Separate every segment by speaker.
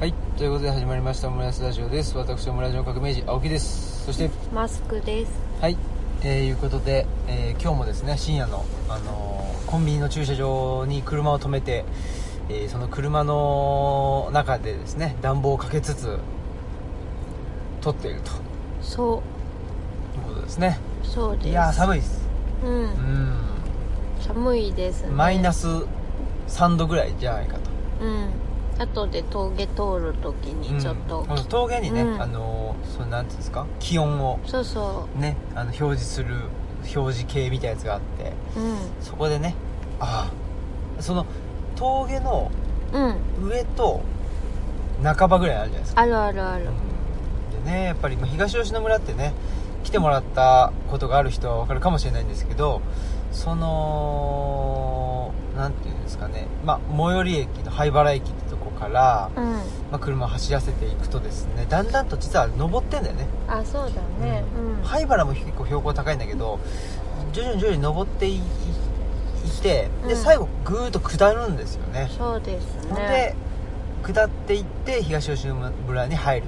Speaker 1: はい、ということで始まりましたオムライスラジオです。私、オムラジオ革命児、青木です。そして、
Speaker 2: マスクです。
Speaker 1: はい、えー、いうことで、えー今日もですね、深夜の、あのーコンビニの駐車場に車を止めて、えーその車の中でですね、暖房をかけつつ、撮っているとい
Speaker 2: そう
Speaker 1: ことですね。
Speaker 2: う、そうです。
Speaker 1: いやー、寒いです。
Speaker 2: う、
Speaker 1: うんん、
Speaker 2: 寒いですね。
Speaker 1: マイナ。ス3度ぐらいじゃないかと。
Speaker 2: うん。後で峠通るときにちょっと、
Speaker 1: うん、峠にね、
Speaker 2: うん
Speaker 1: あのーそのなんていうんですか、気温を、
Speaker 2: そうそ
Speaker 1: ね、あの表示する表示系みたいなやつがあって
Speaker 2: う。
Speaker 1: そこでねああその峠の
Speaker 2: うん。うん。
Speaker 1: 上と半ばぐらいあるじゃないですか、
Speaker 2: あるあるある。
Speaker 1: うんでねやっぱりまあ東吉野村ってね来てもらったことがある人は分かるかもしれないんですけどそのなんていうんですかね、まあ、最寄り駅の灰原駅ってとこから、
Speaker 2: うん。
Speaker 1: まあ、車を走らせていくとですねだんだんと実は登ってんだよね
Speaker 2: あ、そうだね。うん。
Speaker 1: 灰原も結構標高高いんだけど徐々に徐々に登っていいってで、
Speaker 2: うん
Speaker 1: 最後ぐーっと下るんですよね
Speaker 2: そうですね。
Speaker 1: で下っていって東吉野村に入る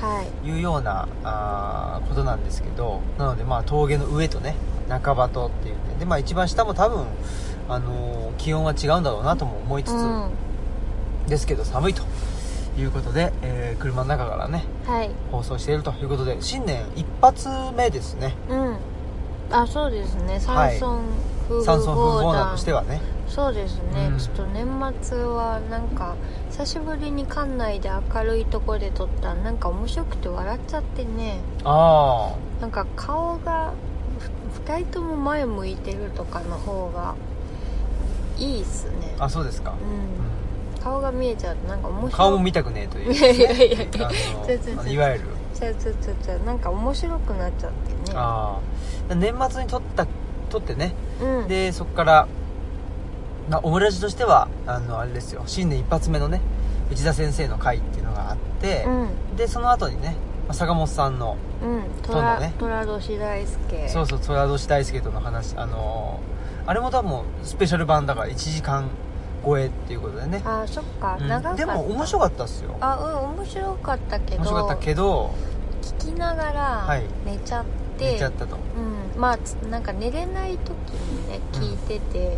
Speaker 2: はい。
Speaker 1: というようなあーことなんですけどなのでまあ峠の上とね半ばとっていうねでまあ一番下も多分、あのー気温は違うんだろうなとも思いつつ、
Speaker 2: うん。
Speaker 1: ですけど寒いということで、えー車の中からね
Speaker 2: はい。
Speaker 1: 放送しているということで新年一発目ですね
Speaker 2: うん。あ、そうですね。
Speaker 1: は
Speaker 2: 山
Speaker 1: い
Speaker 2: 村夫婦
Speaker 1: 山村夫婦
Speaker 2: 横
Speaker 1: コーナー
Speaker 2: 断
Speaker 1: としてはね
Speaker 2: そうですね、
Speaker 1: うん
Speaker 2: ちょっと年末はなんか久しぶりに館内で明るいとこで撮ったらなんか面白くて笑っちゃってね
Speaker 1: あ
Speaker 2: なんか顔が2人とも前向いてるとかの方がいいっすね
Speaker 1: ああそうですか、
Speaker 2: うん顔が見えちゃうとなんか面白い
Speaker 1: 顔も見たくねえという、
Speaker 2: いやいやいやいや
Speaker 1: あの
Speaker 2: 全然
Speaker 1: あのいわゆる
Speaker 2: ちゃうちゃうちゃうちゃうなんか面白くなっちゃってね
Speaker 1: ああ年末に撮った撮ってね
Speaker 2: うん
Speaker 1: でそこからなオムラジとしてはあのあれですよ新年一発目のね内田先生の会っていうのがあって
Speaker 2: う、ん
Speaker 1: でその後にねまあ坂本さんの
Speaker 2: うん
Speaker 1: 今度
Speaker 2: 虎
Speaker 1: ね
Speaker 2: 虎年大輔
Speaker 1: そうそう虎年大輔との話あのーあれも多分スペシャル版だから1時間超えっていうことでね、
Speaker 2: あそっか、
Speaker 1: うん
Speaker 2: 長かっ
Speaker 1: で
Speaker 2: た
Speaker 1: も面白かったっすよ
Speaker 2: あうん面白かったけど
Speaker 1: 面白かったけど
Speaker 2: 聞きなが
Speaker 1: は
Speaker 2: ら
Speaker 1: い
Speaker 2: 寝ちゃって、
Speaker 1: 寝ちゃったと
Speaker 2: うん、まあつなんか寝れない時にね聞いてて、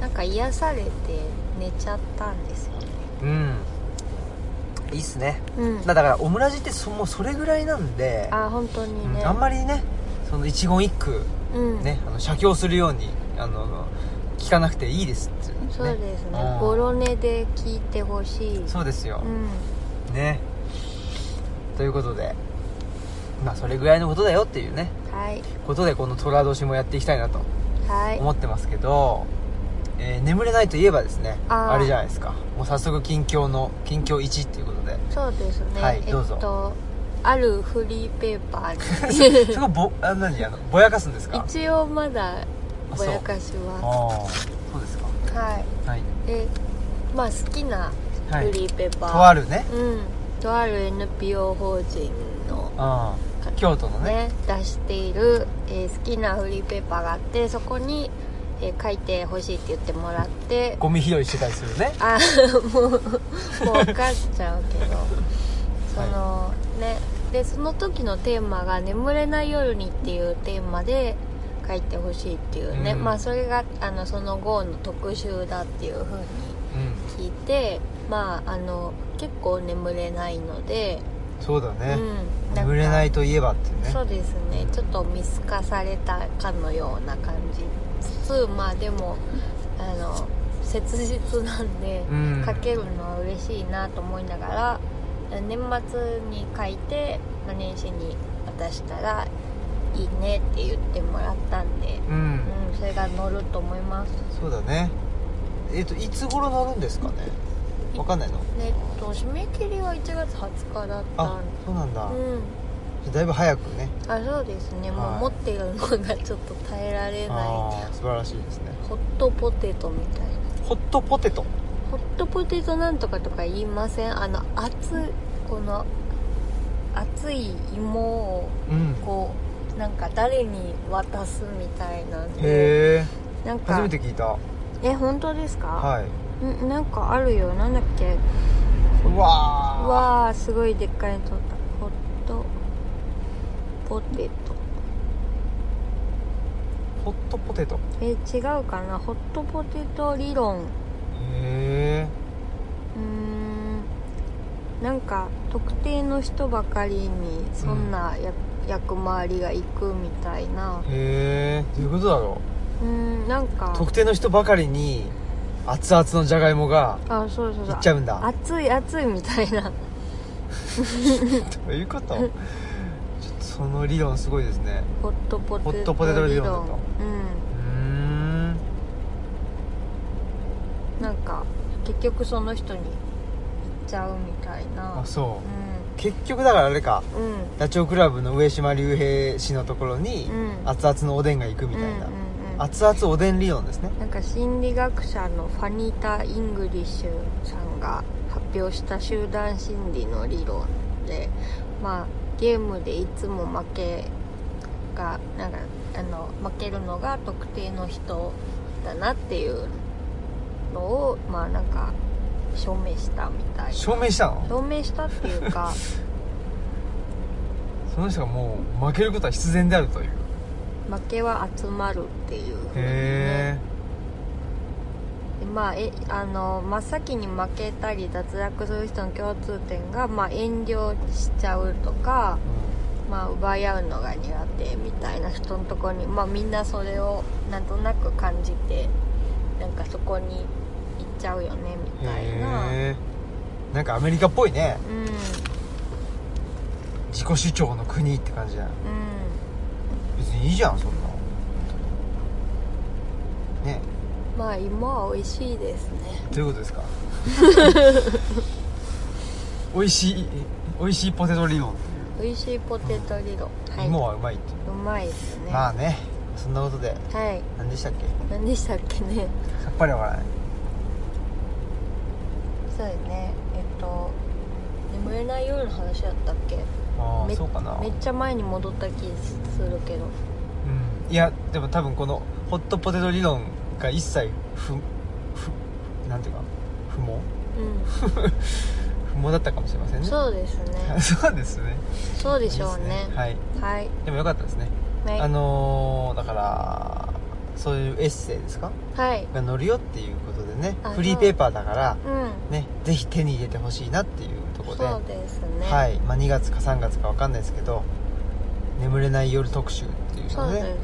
Speaker 2: なんか癒されて寝ちゃったんですよね
Speaker 1: うんいいっすね
Speaker 2: うん
Speaker 1: だからオムラジってそもうそれぐらいなんで
Speaker 2: あ本当にね、
Speaker 1: うんあんまりねその一言一句
Speaker 2: うん
Speaker 1: ね、あの写経するようにあの聞かなくていいですっていうね
Speaker 2: そうですね
Speaker 1: うん
Speaker 2: ボロ寝で聞いてほしい
Speaker 1: そうですよ
Speaker 2: う、ん
Speaker 1: ねということでまあそれぐらいのことだよっていうね
Speaker 2: はい
Speaker 1: ことでこの虎年もやっていきたいなと
Speaker 2: はい
Speaker 1: 思ってますけど、えー眠れないといえばですね
Speaker 2: あー
Speaker 1: あれじゃないですかもう早速近況の近況1っていうこと で
Speaker 2: そうですね、
Speaker 1: はいどうぞ
Speaker 2: えっとあるフリーペーパ
Speaker 1: す
Speaker 2: ー
Speaker 1: ごいぼあ何あのぼやかすんです
Speaker 2: に
Speaker 1: か
Speaker 2: 一応まだ
Speaker 1: あ
Speaker 2: ぼ
Speaker 1: そう
Speaker 2: やかしは
Speaker 1: ああそうですか
Speaker 2: はい
Speaker 1: はい、
Speaker 2: でまあ好きな
Speaker 1: は
Speaker 2: フ
Speaker 1: い、
Speaker 2: リーペーパー、
Speaker 1: とあるね
Speaker 2: うんとある NPO 法人の
Speaker 1: ああ京都のね
Speaker 2: ね出している、えー好きなフリーペーパーがあってそこに、えー書いてほしいって言ってもらって
Speaker 1: ゴミ拾いしてたりするね
Speaker 2: あ もうもう分かっちゃうけ どそのねでその時のテーマが「眠れない夜に」っていうテーマで書いてほしいっていうね、
Speaker 1: うん
Speaker 2: まあそれがあのその後の特集だっていう
Speaker 1: う
Speaker 2: 風に
Speaker 1: ん
Speaker 2: 聞いてまああの結構眠れないので
Speaker 1: そうだね、
Speaker 2: うん、
Speaker 1: 眠れないいといえばっていうね
Speaker 2: そうですねちょっと見透かされたかのような感じつつまあでもあの切実なんで、
Speaker 1: ん
Speaker 2: 書けるのは嬉しいなと思いながら年末に書いて、まあ、年始に渡したらいいねって言ってもらったんで、
Speaker 1: うん
Speaker 2: うん、それが乗ると思います
Speaker 1: そうだねえっ、といつ頃乗るんですかねわかんないの
Speaker 2: でえっと締め切りは1月20日だった
Speaker 1: あ
Speaker 2: んで
Speaker 1: そうなんだ、
Speaker 2: うん
Speaker 1: じゃあだいぶ早くね
Speaker 2: あそうですね、も
Speaker 1: はいう
Speaker 2: 持ってるのがちょっと耐えられない
Speaker 1: ああ素晴らしいですね
Speaker 2: ホットポテトみたいな
Speaker 1: ホットポテト
Speaker 2: ホットポテトなんとかとか言いませんあの熱いこの熱い芋を
Speaker 1: うん
Speaker 2: こうなんか誰に渡すみたいなんで
Speaker 1: へえ
Speaker 2: なんか
Speaker 1: 初めて聞いた
Speaker 2: え本当ですか、
Speaker 1: はい
Speaker 2: んなんかあるよなんだっけ
Speaker 1: うわー
Speaker 2: うわあすごいでっかいの取ったホットポテト
Speaker 1: ホットポテト
Speaker 2: え違うかなホットポテト理論
Speaker 1: へえ
Speaker 2: うーんなんか特定の人ばかりにそんなや役回りが行くみたいな
Speaker 1: へえどういうことだろ
Speaker 2: うーんなんか
Speaker 1: う特定の人ばかりに熱々のじゃがいもが
Speaker 2: あそうそう
Speaker 1: い
Speaker 2: そう
Speaker 1: っちゃうんだ
Speaker 2: 熱い熱いみたいな
Speaker 1: どういう ことちょっとその理論すごいですね
Speaker 2: ホットポテト
Speaker 1: ホットポテト理論だとう
Speaker 2: う
Speaker 1: ーん
Speaker 2: んなんか結局その人に行っちゃうみたいな
Speaker 1: あそう
Speaker 2: う
Speaker 1: 結局だからあれか
Speaker 2: んうん
Speaker 1: ダチョウ倶楽部の上島竜兵氏のところに
Speaker 2: うん
Speaker 1: 熱々のおでんが行くみたいな、
Speaker 2: うんうんうん、
Speaker 1: 熱々おでん理論ですね
Speaker 2: なんか心理学者のファニータ・イングリッシュさんが発表した集団心理の理論で、まあ、ゲームでいつも負けがなんかあの負けるのが特定の人だなっていうのを、まあ、なんか証明したみたい
Speaker 1: 証明したの
Speaker 2: 証明したっていうか
Speaker 1: その人がもう負けることは必然であるという
Speaker 2: 負けは集まるっていうふうにね
Speaker 1: へ
Speaker 2: でまあ、えあの真っ先に負けたり脱落する人の共通点が、まあ、遠慮しちゃうとか、
Speaker 1: え、
Speaker 2: まあ、奪い合うのが苦手みたいな人のところに、まあ、みんなそれをなんとなく感じてなんかそこに行っちゃうよねみたい
Speaker 1: へ
Speaker 2: な。
Speaker 1: えなんかアメリカっぽいね
Speaker 2: うん
Speaker 1: 自己主張の国って感じじゃん
Speaker 2: うん
Speaker 1: 別にいいじゃんそんなね
Speaker 2: まあ芋は美味しいですね
Speaker 1: どういうことですか 美味しい美味しいポテト理論、
Speaker 2: 美味しいポテトリロ、はい
Speaker 1: 芋はうまいっていう
Speaker 2: まいです
Speaker 1: う、
Speaker 2: ね、
Speaker 1: まあねそんなことで
Speaker 2: はい
Speaker 1: 何でしたっけさ
Speaker 2: 何でしたっけね
Speaker 1: っぱりわからない
Speaker 2: そうよねえっと眠れない夜の話だったっけ
Speaker 1: ああ
Speaker 2: め
Speaker 1: そうかな
Speaker 2: めっちゃ前に戻った気するけど
Speaker 1: うんいやでも多分このホットポテト理論が一切不不なんていうか不毛
Speaker 2: う
Speaker 1: 不毛だったかもしれません
Speaker 2: ん
Speaker 1: ね
Speaker 2: そうですね
Speaker 1: そうですね
Speaker 2: そうでしょうね
Speaker 1: いいですはい
Speaker 2: はい
Speaker 1: でもよかったですね、
Speaker 2: はい
Speaker 1: あのー、だからそういうエッセイですか
Speaker 2: はい
Speaker 1: が載るよっていうことでね
Speaker 2: あ
Speaker 1: フリーペーパーだから
Speaker 2: うん
Speaker 1: ねぜひ手に入れてほしいなっていうところで
Speaker 2: そうですね
Speaker 1: はいまあ、2月か3月かわかんないですけど「眠れない夜特集」っていう
Speaker 2: そ
Speaker 1: の
Speaker 2: う
Speaker 1: で
Speaker 2: ですね、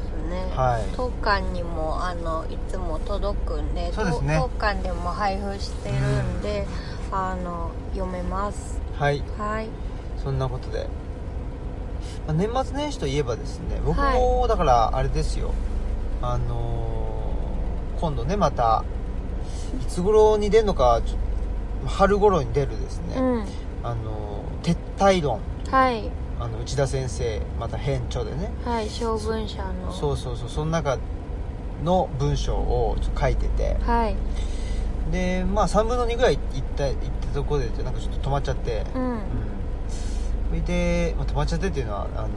Speaker 1: はい
Speaker 2: 当館にもあのいつも届くんで
Speaker 1: そうですね
Speaker 2: 当館でも配布してるんで、あの読めます
Speaker 1: はい
Speaker 2: はい
Speaker 1: そんなことで、まあ年末年始といえばですね僕
Speaker 2: は
Speaker 1: もだからあれですよ、あのー今度ねまたいつ頃に出るのかちょ春頃に出るですね、
Speaker 2: うん
Speaker 1: あのー撤退論
Speaker 2: はい
Speaker 1: あの内田先生また編著でね
Speaker 2: はい小文社の
Speaker 1: そうそうそうその中の文章をちょっと書いてて
Speaker 2: はい
Speaker 1: でまあ3分の2ぐらい行った行ったところでなんかちょっと止まっちゃって、
Speaker 2: うん
Speaker 1: それで、まあ、止まっちゃってっていうのはあの、えっ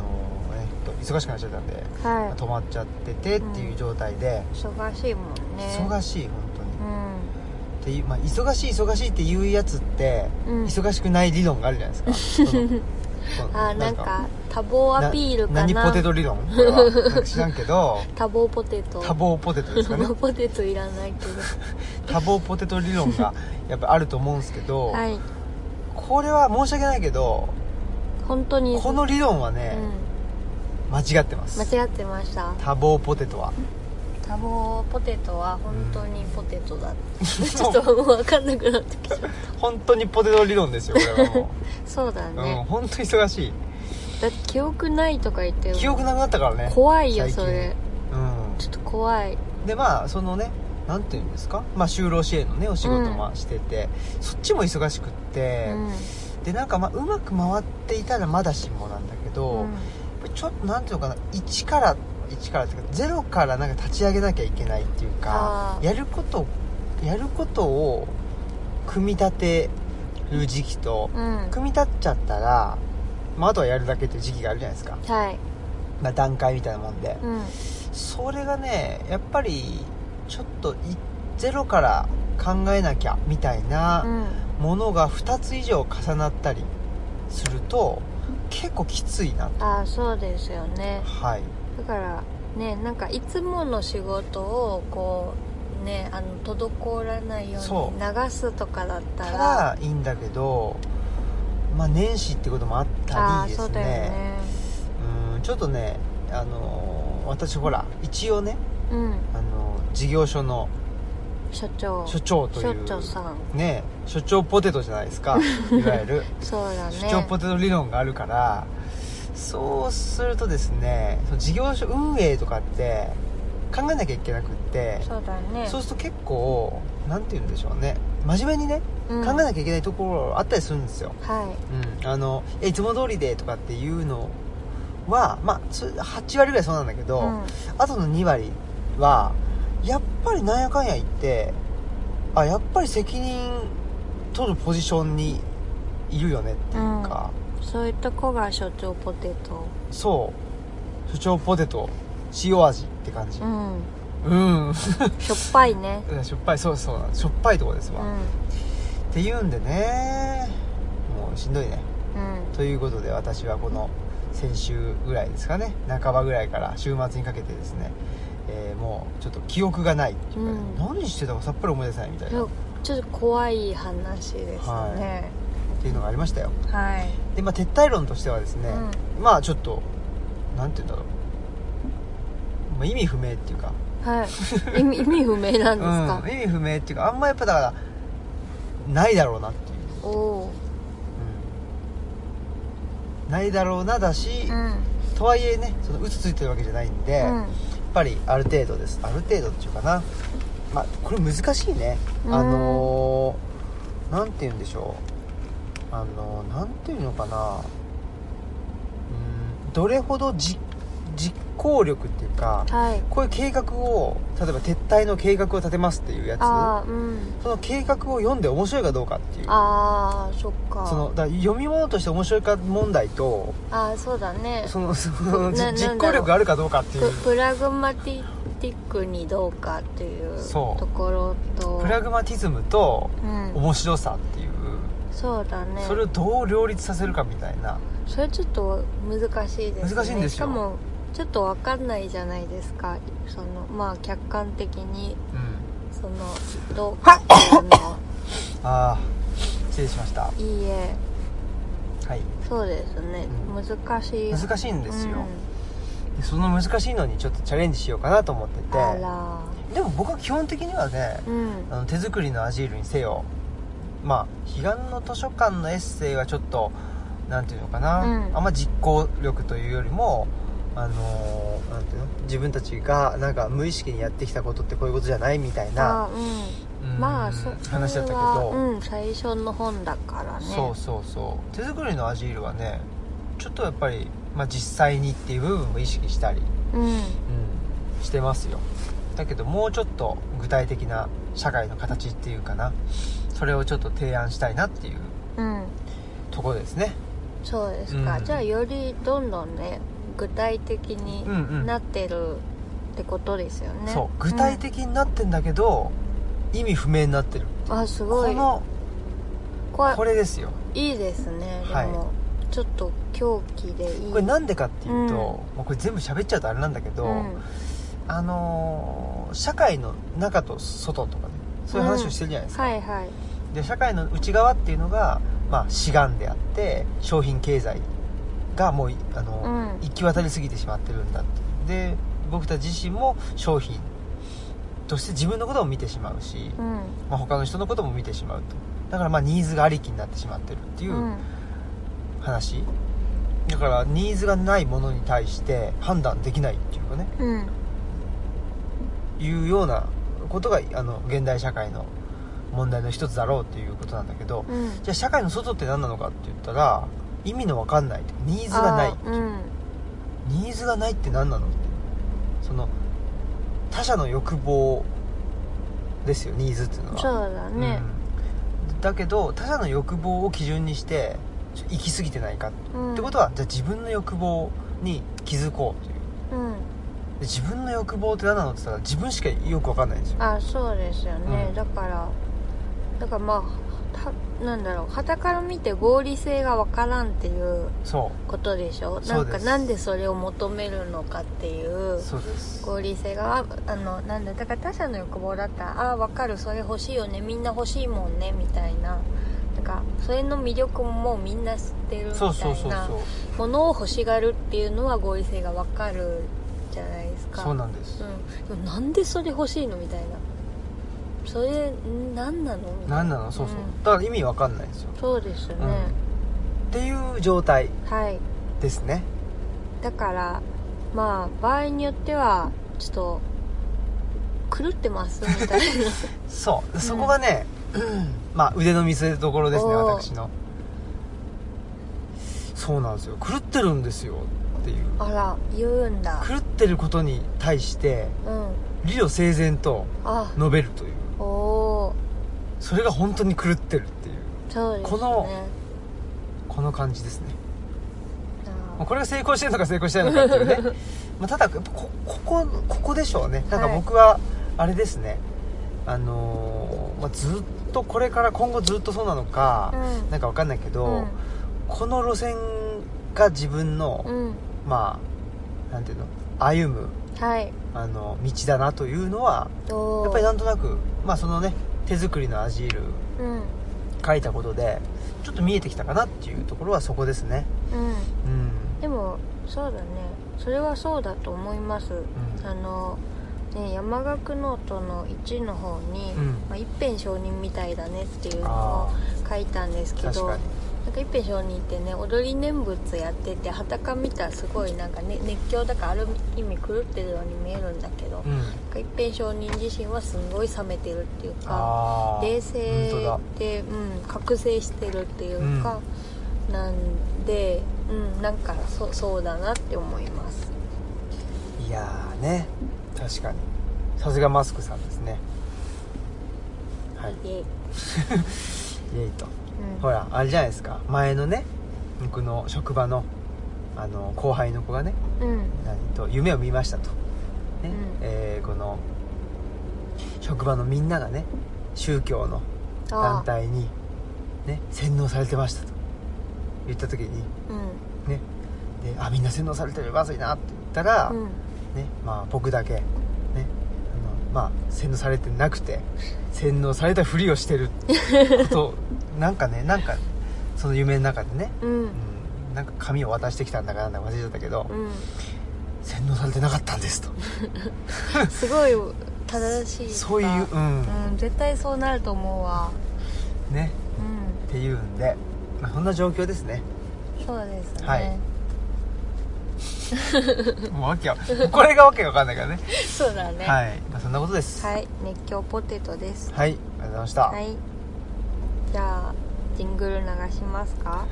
Speaker 1: と、忙しくなっちゃったんで、まあ
Speaker 2: は
Speaker 1: 止まっちゃっててっていう状態で、
Speaker 2: い忙しいもんね
Speaker 1: 忙しい本当に
Speaker 2: う
Speaker 1: っていう、まあ、忙しい忙しいっていうやつって、
Speaker 2: うん
Speaker 1: 忙しくない理論があるじゃない ですかその
Speaker 2: ん、あーなんか多忙アピールかな
Speaker 1: 何ポテト理論これはなんか知らんけど
Speaker 2: 多忙ポテト
Speaker 1: 多忙ポテトですか ね
Speaker 2: ポテトいらないけど
Speaker 1: 多忙ポテト理論がやっぱあると思うんですけど、
Speaker 2: はい
Speaker 1: これは申し訳ないけど
Speaker 2: 本当に
Speaker 1: この理論は
Speaker 2: う
Speaker 1: ね、
Speaker 2: ん、
Speaker 1: 間違ってます
Speaker 2: 間違ってました
Speaker 1: 多忙ポテトは
Speaker 2: 多忙ポテトは本当にポテトだ、ちょっともう分かんなくなってきちゃう
Speaker 1: 本当にポテト理論ですよこれはも
Speaker 2: そうだ
Speaker 1: う、うん、
Speaker 2: ね、
Speaker 1: 本当に忙し
Speaker 2: だって記憶ないとか言って
Speaker 1: い
Speaker 2: も
Speaker 1: 記憶なくなったからね
Speaker 2: 怖いよ
Speaker 1: 最近
Speaker 2: それ
Speaker 1: う
Speaker 2: ちょっと怖い
Speaker 1: んでまあそのねなんていうんですか、まあ、就労支援のねお仕事もしてて、そっちも忙しくって、でなんかまあうまく回っていたらまだしもなんだけ
Speaker 2: う
Speaker 1: ど、
Speaker 2: ん、うん
Speaker 1: やっぱりちょっとなんていうのかな1から1からっていうかゼロからなんか立ち上げなきゃいけないっていうか
Speaker 2: あー
Speaker 1: やることやることを組み立てる時期と、
Speaker 2: うん、
Speaker 1: 組み立っちゃったら、まあ、あとはやるだけっていう時期があるじゃないですか、
Speaker 2: はい、
Speaker 1: まあ、段階みたいなもんで、
Speaker 2: うん、
Speaker 1: それがねやっぱりちょっといゼロから考えなきゃみたいな、
Speaker 2: うん
Speaker 1: ものが2つ以上重なったりすると結構きついなと
Speaker 2: ああそうですよね
Speaker 1: はい
Speaker 2: だからねなんかいつもの仕事をこうねあの滞らないよ
Speaker 1: そう
Speaker 2: に流すとかだったら
Speaker 1: ただいいんだけどまあ年始ってこともあっ
Speaker 2: あ
Speaker 1: た
Speaker 2: あ
Speaker 1: りで
Speaker 2: そ
Speaker 1: す
Speaker 2: うだよ
Speaker 1: ね
Speaker 2: ね
Speaker 1: うんちょっとねあのー私ほら一応ね
Speaker 2: うん
Speaker 1: あのー事業所の
Speaker 2: 所長
Speaker 1: 所長という
Speaker 2: 所長さん
Speaker 1: ね所長ポテトじゃないです かいわゆる
Speaker 2: そうだね
Speaker 1: 所長ポテト理論があるからそうするとですねその事業所運営とかって考えなきゃいけなくって
Speaker 2: そうだね
Speaker 1: そうすると結構なんて言うんでしょうね真面目にね
Speaker 2: うん
Speaker 1: 考えなきゃいけないところあったりするんですよ、
Speaker 2: は
Speaker 1: うん、あのえいつも通りでとかっていうのはまあそ8割ぐらいそうなんだけど、
Speaker 2: い、
Speaker 1: あとの2割はやっぱりなんやかんや言ってあやっぱり責任取るポジションにいるよねっていうか、
Speaker 2: うん、そういうとこが所長ポテト
Speaker 1: そう所長ポテト塩味って感じ
Speaker 2: うん
Speaker 1: うん、
Speaker 2: しょっぱいね
Speaker 1: しょっぱいそうそうなんしょっぱいとこです
Speaker 2: う
Speaker 1: わ、
Speaker 2: ん
Speaker 1: っ
Speaker 2: うん
Speaker 1: ていうんでねもうしんどいねということで私はこの先週ぐらいですかね半ばぐらいから週末にかけてですね、えーもうちょっと記憶がないっていうかね、
Speaker 2: うん
Speaker 1: 何してたかさっぱり思い出せないみたい
Speaker 2: ち
Speaker 1: なっ
Speaker 2: ょちょっと怖い話ですね
Speaker 1: ていうのがありましたよ
Speaker 2: はい、
Speaker 1: で、まあ、撤退論としてはですね、まあちょっとなんて言うんだろう、まあ、意味不明っていうか
Speaker 2: うんはい意 味意味不明なんですか
Speaker 1: うん、意味不明っていうかあんまやっぱだからないだろうなっていう、、
Speaker 2: おお
Speaker 1: うん、ないだろうなだし、
Speaker 2: ーうん
Speaker 1: とはいえねその鬱ついてるわけじゃないんで、
Speaker 2: う
Speaker 1: やっ
Speaker 2: ん
Speaker 1: ぱりある程度ですある程度っていうかなまあこれ難しいね
Speaker 2: うん
Speaker 1: あのー、なんて言うんでしょうあのー、なんていうのかなうんどれほどじ実行力っていうか
Speaker 2: はい
Speaker 1: こういう計画を例えば撤退の計画を立てますっていうやつ
Speaker 2: ああうん
Speaker 1: その計画を読んで面白いかどうかっていう
Speaker 2: ああそっか
Speaker 1: そのだから読み物として面白いか問題と
Speaker 2: ああそうだね
Speaker 1: そのそのじ
Speaker 2: ななんだろ
Speaker 1: 実
Speaker 2: う
Speaker 1: 行力があるかどうかっていう
Speaker 2: ププラグマティックにどうかっていう
Speaker 1: そう
Speaker 2: ところと
Speaker 1: プラグマティズムと
Speaker 2: うん、
Speaker 1: 面白さっていう、
Speaker 2: そうだね
Speaker 1: それをどう両立させるかみたいな
Speaker 2: それちょっと難しいですね
Speaker 1: 難しいんですよ
Speaker 2: しかもちょっと分かんないじゃないですかそのまあ客観的に
Speaker 1: うん
Speaker 2: そのどうかっていうのは
Speaker 1: ああ失礼しましたはい
Speaker 2: いえ
Speaker 1: い
Speaker 2: そうですね、
Speaker 1: う
Speaker 2: 難しい
Speaker 1: 難しいんですよ、
Speaker 2: う
Speaker 1: でその難しいのにちょっとチャレンジしようかなと思って
Speaker 2: んあ
Speaker 1: てでも僕は基本的にはね
Speaker 2: らうん
Speaker 1: あの手作りのアジールにせよまあ彼岸の図書館のエッセイはちょっとなんていうのかな、
Speaker 2: うん
Speaker 1: あんま実行力というよりもあのーなんていうの自分たちがなんか無意識にやってきたことってこういうことじゃないみたいな
Speaker 2: あうん
Speaker 1: うん
Speaker 2: まあそ
Speaker 1: 話だったけ
Speaker 2: それは
Speaker 1: ど、
Speaker 2: うん、最初の本だからね
Speaker 1: そうそうそう手作りのアジールはねちょっとやっぱり、まあ、実際にっていう部分も意識したり、
Speaker 2: うん
Speaker 1: うん、してますよだけどもうちょっと具体的な社会の形っていうかなそれをちょっと提案したいなっていう
Speaker 2: うん
Speaker 1: とこですね
Speaker 2: そうですか、
Speaker 1: うん
Speaker 2: じゃあよりどんどんね具体的に
Speaker 1: うんうん
Speaker 2: なってるってことですよね、
Speaker 1: そう具体的になってんだけど、意味不明になってる
Speaker 2: うん、あすご
Speaker 1: こ
Speaker 2: い
Speaker 1: の
Speaker 2: これ
Speaker 1: これですよ
Speaker 2: いいですねでも、
Speaker 1: は
Speaker 2: ちょっと狂気でいい
Speaker 1: これなんでかっていうと、
Speaker 2: うん
Speaker 1: もうこれ全部喋っちゃうとあれなんだけど、
Speaker 2: うん
Speaker 1: あのー社会の中と外とかねそういう話をしてるじゃないですか、
Speaker 2: はいはい
Speaker 1: で社会の内側っていうのが、まあ、志願であって商品経済がもういあの、
Speaker 2: うん
Speaker 1: 行き渡りすぎてしまってるんだってで僕たち自身も商品として自分のことも見てしまうし、
Speaker 2: うん
Speaker 1: まあ、他の人のことも見てしまうとだからまあニーズがありきになってしまってるっていううん話、だからニーズがないものに対して判断できないっていうかね
Speaker 2: うん
Speaker 1: いうようなことがあの現代社会の問題の一つだろうっていうことなんだけど、
Speaker 2: うん
Speaker 1: じゃあ社会の外って何なのかって言ったら意味の分かんないニーズがない
Speaker 2: あーうん
Speaker 1: ニーズがないって何なのってその他者の欲望ですよニーズっていうのは
Speaker 2: そうだね
Speaker 1: うんだけど他者の欲望を基準にしてちょ行き過ぎてないか、
Speaker 2: うん
Speaker 1: ってことはじゃあ自分の欲望に気づこうという
Speaker 2: うん
Speaker 1: で自分の欲望って何なのって言ったら自分しかよく分かんないんですよ
Speaker 2: あそうですよね、
Speaker 1: うん
Speaker 2: だからだからまあたなんだろう傍から見て合理性がわからんっていう
Speaker 1: そ
Speaker 2: ことでしょ
Speaker 1: そうです
Speaker 2: なんかなんでそれを求めるのかっていう
Speaker 1: うそうです
Speaker 2: 合理性があのなんだだから他者の欲望だったらああーわかるそれ欲しいよねみんな欲しいもんねみたいななんかそれの魅力ももうみんな知ってるみ
Speaker 1: そうそ
Speaker 2: た
Speaker 1: うそ
Speaker 2: いうな
Speaker 1: そ
Speaker 2: ものを欲しがるっていうのは合理性がわかるじゃないです
Speaker 1: う
Speaker 2: か
Speaker 1: そうなんです、
Speaker 2: うん、でもなんでそれ欲しいのみたいなそれん何なのみたいな
Speaker 1: 何なのそうそう、
Speaker 2: うん
Speaker 1: だから意味わかんないんですよ
Speaker 2: そうですね、
Speaker 1: っていう状態
Speaker 2: はい
Speaker 1: ですね
Speaker 2: だからまあ場合によってはちょっと狂ってますみたいな
Speaker 1: そうそこがね、まあ腕の見せ所ですね
Speaker 2: おー
Speaker 1: 私のそうなんですよ狂ってるんですよっていう
Speaker 2: あら言うんだ
Speaker 1: 狂ってることに対して
Speaker 2: うん
Speaker 1: 理路整然と
Speaker 2: あ
Speaker 1: 述べるという
Speaker 2: おお
Speaker 1: それが本当に狂ってるっていう
Speaker 2: ーそうです
Speaker 1: こ
Speaker 2: ね
Speaker 1: のこの感じですねまあ
Speaker 2: あ
Speaker 1: これが成功してるのか成功してないのかっていう ねまあただやっぱこここここでしょうねなんか
Speaker 2: はい
Speaker 1: 僕はあれですね、あのーまあ、ずっとこれから今後ずっとそうなのか、
Speaker 2: ー
Speaker 1: なんかわかんないけど、
Speaker 2: うん
Speaker 1: この路線が自分の、
Speaker 2: うん、うん、
Speaker 1: まあなんていうの歩む
Speaker 2: はい
Speaker 1: あの道だなというのは
Speaker 2: おー
Speaker 1: やっぱりなんとなくまあそのね手作りのアジール
Speaker 2: うんうん
Speaker 1: 書いたことでちょっと見えてきたかなっていうところはそこですねうん、
Speaker 2: でもそうだねそれはそうだと思いますあの、ね、山岳ノートの1の方に、
Speaker 1: うん
Speaker 2: まあ、一辺承認みたいだねっていうの
Speaker 1: あ
Speaker 2: を書いたんです
Speaker 1: ー
Speaker 2: け
Speaker 1: 確
Speaker 2: どな
Speaker 1: か
Speaker 2: ん
Speaker 1: に
Speaker 2: か一辺承認ってね踊り念仏やっててはたか見たらすごいなんか、ね、熱狂だからある意味狂ってるように見えるんだけど、
Speaker 1: うん
Speaker 2: なんか一辺承認自身はすごい冷めてるっていうか
Speaker 1: あー本
Speaker 2: 冷
Speaker 1: 当
Speaker 2: 静
Speaker 1: だ
Speaker 2: で、うん、覚醒してるっていうか、なんで、うん、なんかそそうだなって思います。
Speaker 1: いやーね確かにさすがマスクさんですねはい
Speaker 2: イエ
Speaker 1: イ
Speaker 2: イ
Speaker 1: エイと
Speaker 2: うん
Speaker 1: ほらあれじゃないですか前のね僕の職場のあの後輩の子がね
Speaker 2: うん
Speaker 1: 何と夢を見ましたと、ね
Speaker 2: うん
Speaker 1: えーこの職場のみんながね宗教の
Speaker 2: あ
Speaker 1: 団
Speaker 2: ー
Speaker 1: 体に、ね、洗脳されてましたと言った時に
Speaker 2: う
Speaker 1: ねであみんな洗脳されてるまずいなって言ったら、
Speaker 2: んうん
Speaker 1: ねまあ、僕だけ、ねあのまあ、洗脳されてなくて洗脳されたふりをしてること なんかねなんかその夢の中でね、
Speaker 2: うん
Speaker 1: うん、なんか紙を渡してきたんだかなんだか忘れちゃったけど、
Speaker 2: うん
Speaker 1: 洗脳されてなかったんですと
Speaker 2: すごい正しいとか
Speaker 1: そういう、うん
Speaker 2: うん、絶対そうなると思うわ
Speaker 1: ね
Speaker 2: うん
Speaker 1: っていうんで、まあ、そんな状況です ね
Speaker 2: そうですね、
Speaker 1: はいもうわけわこれがわけわかんないからね
Speaker 2: そうだねい、
Speaker 1: はい、まあ、そんなことです
Speaker 2: はい熱狂ポテトです
Speaker 1: はい、ありがとうございました、
Speaker 2: はいじゃあジングル流しますか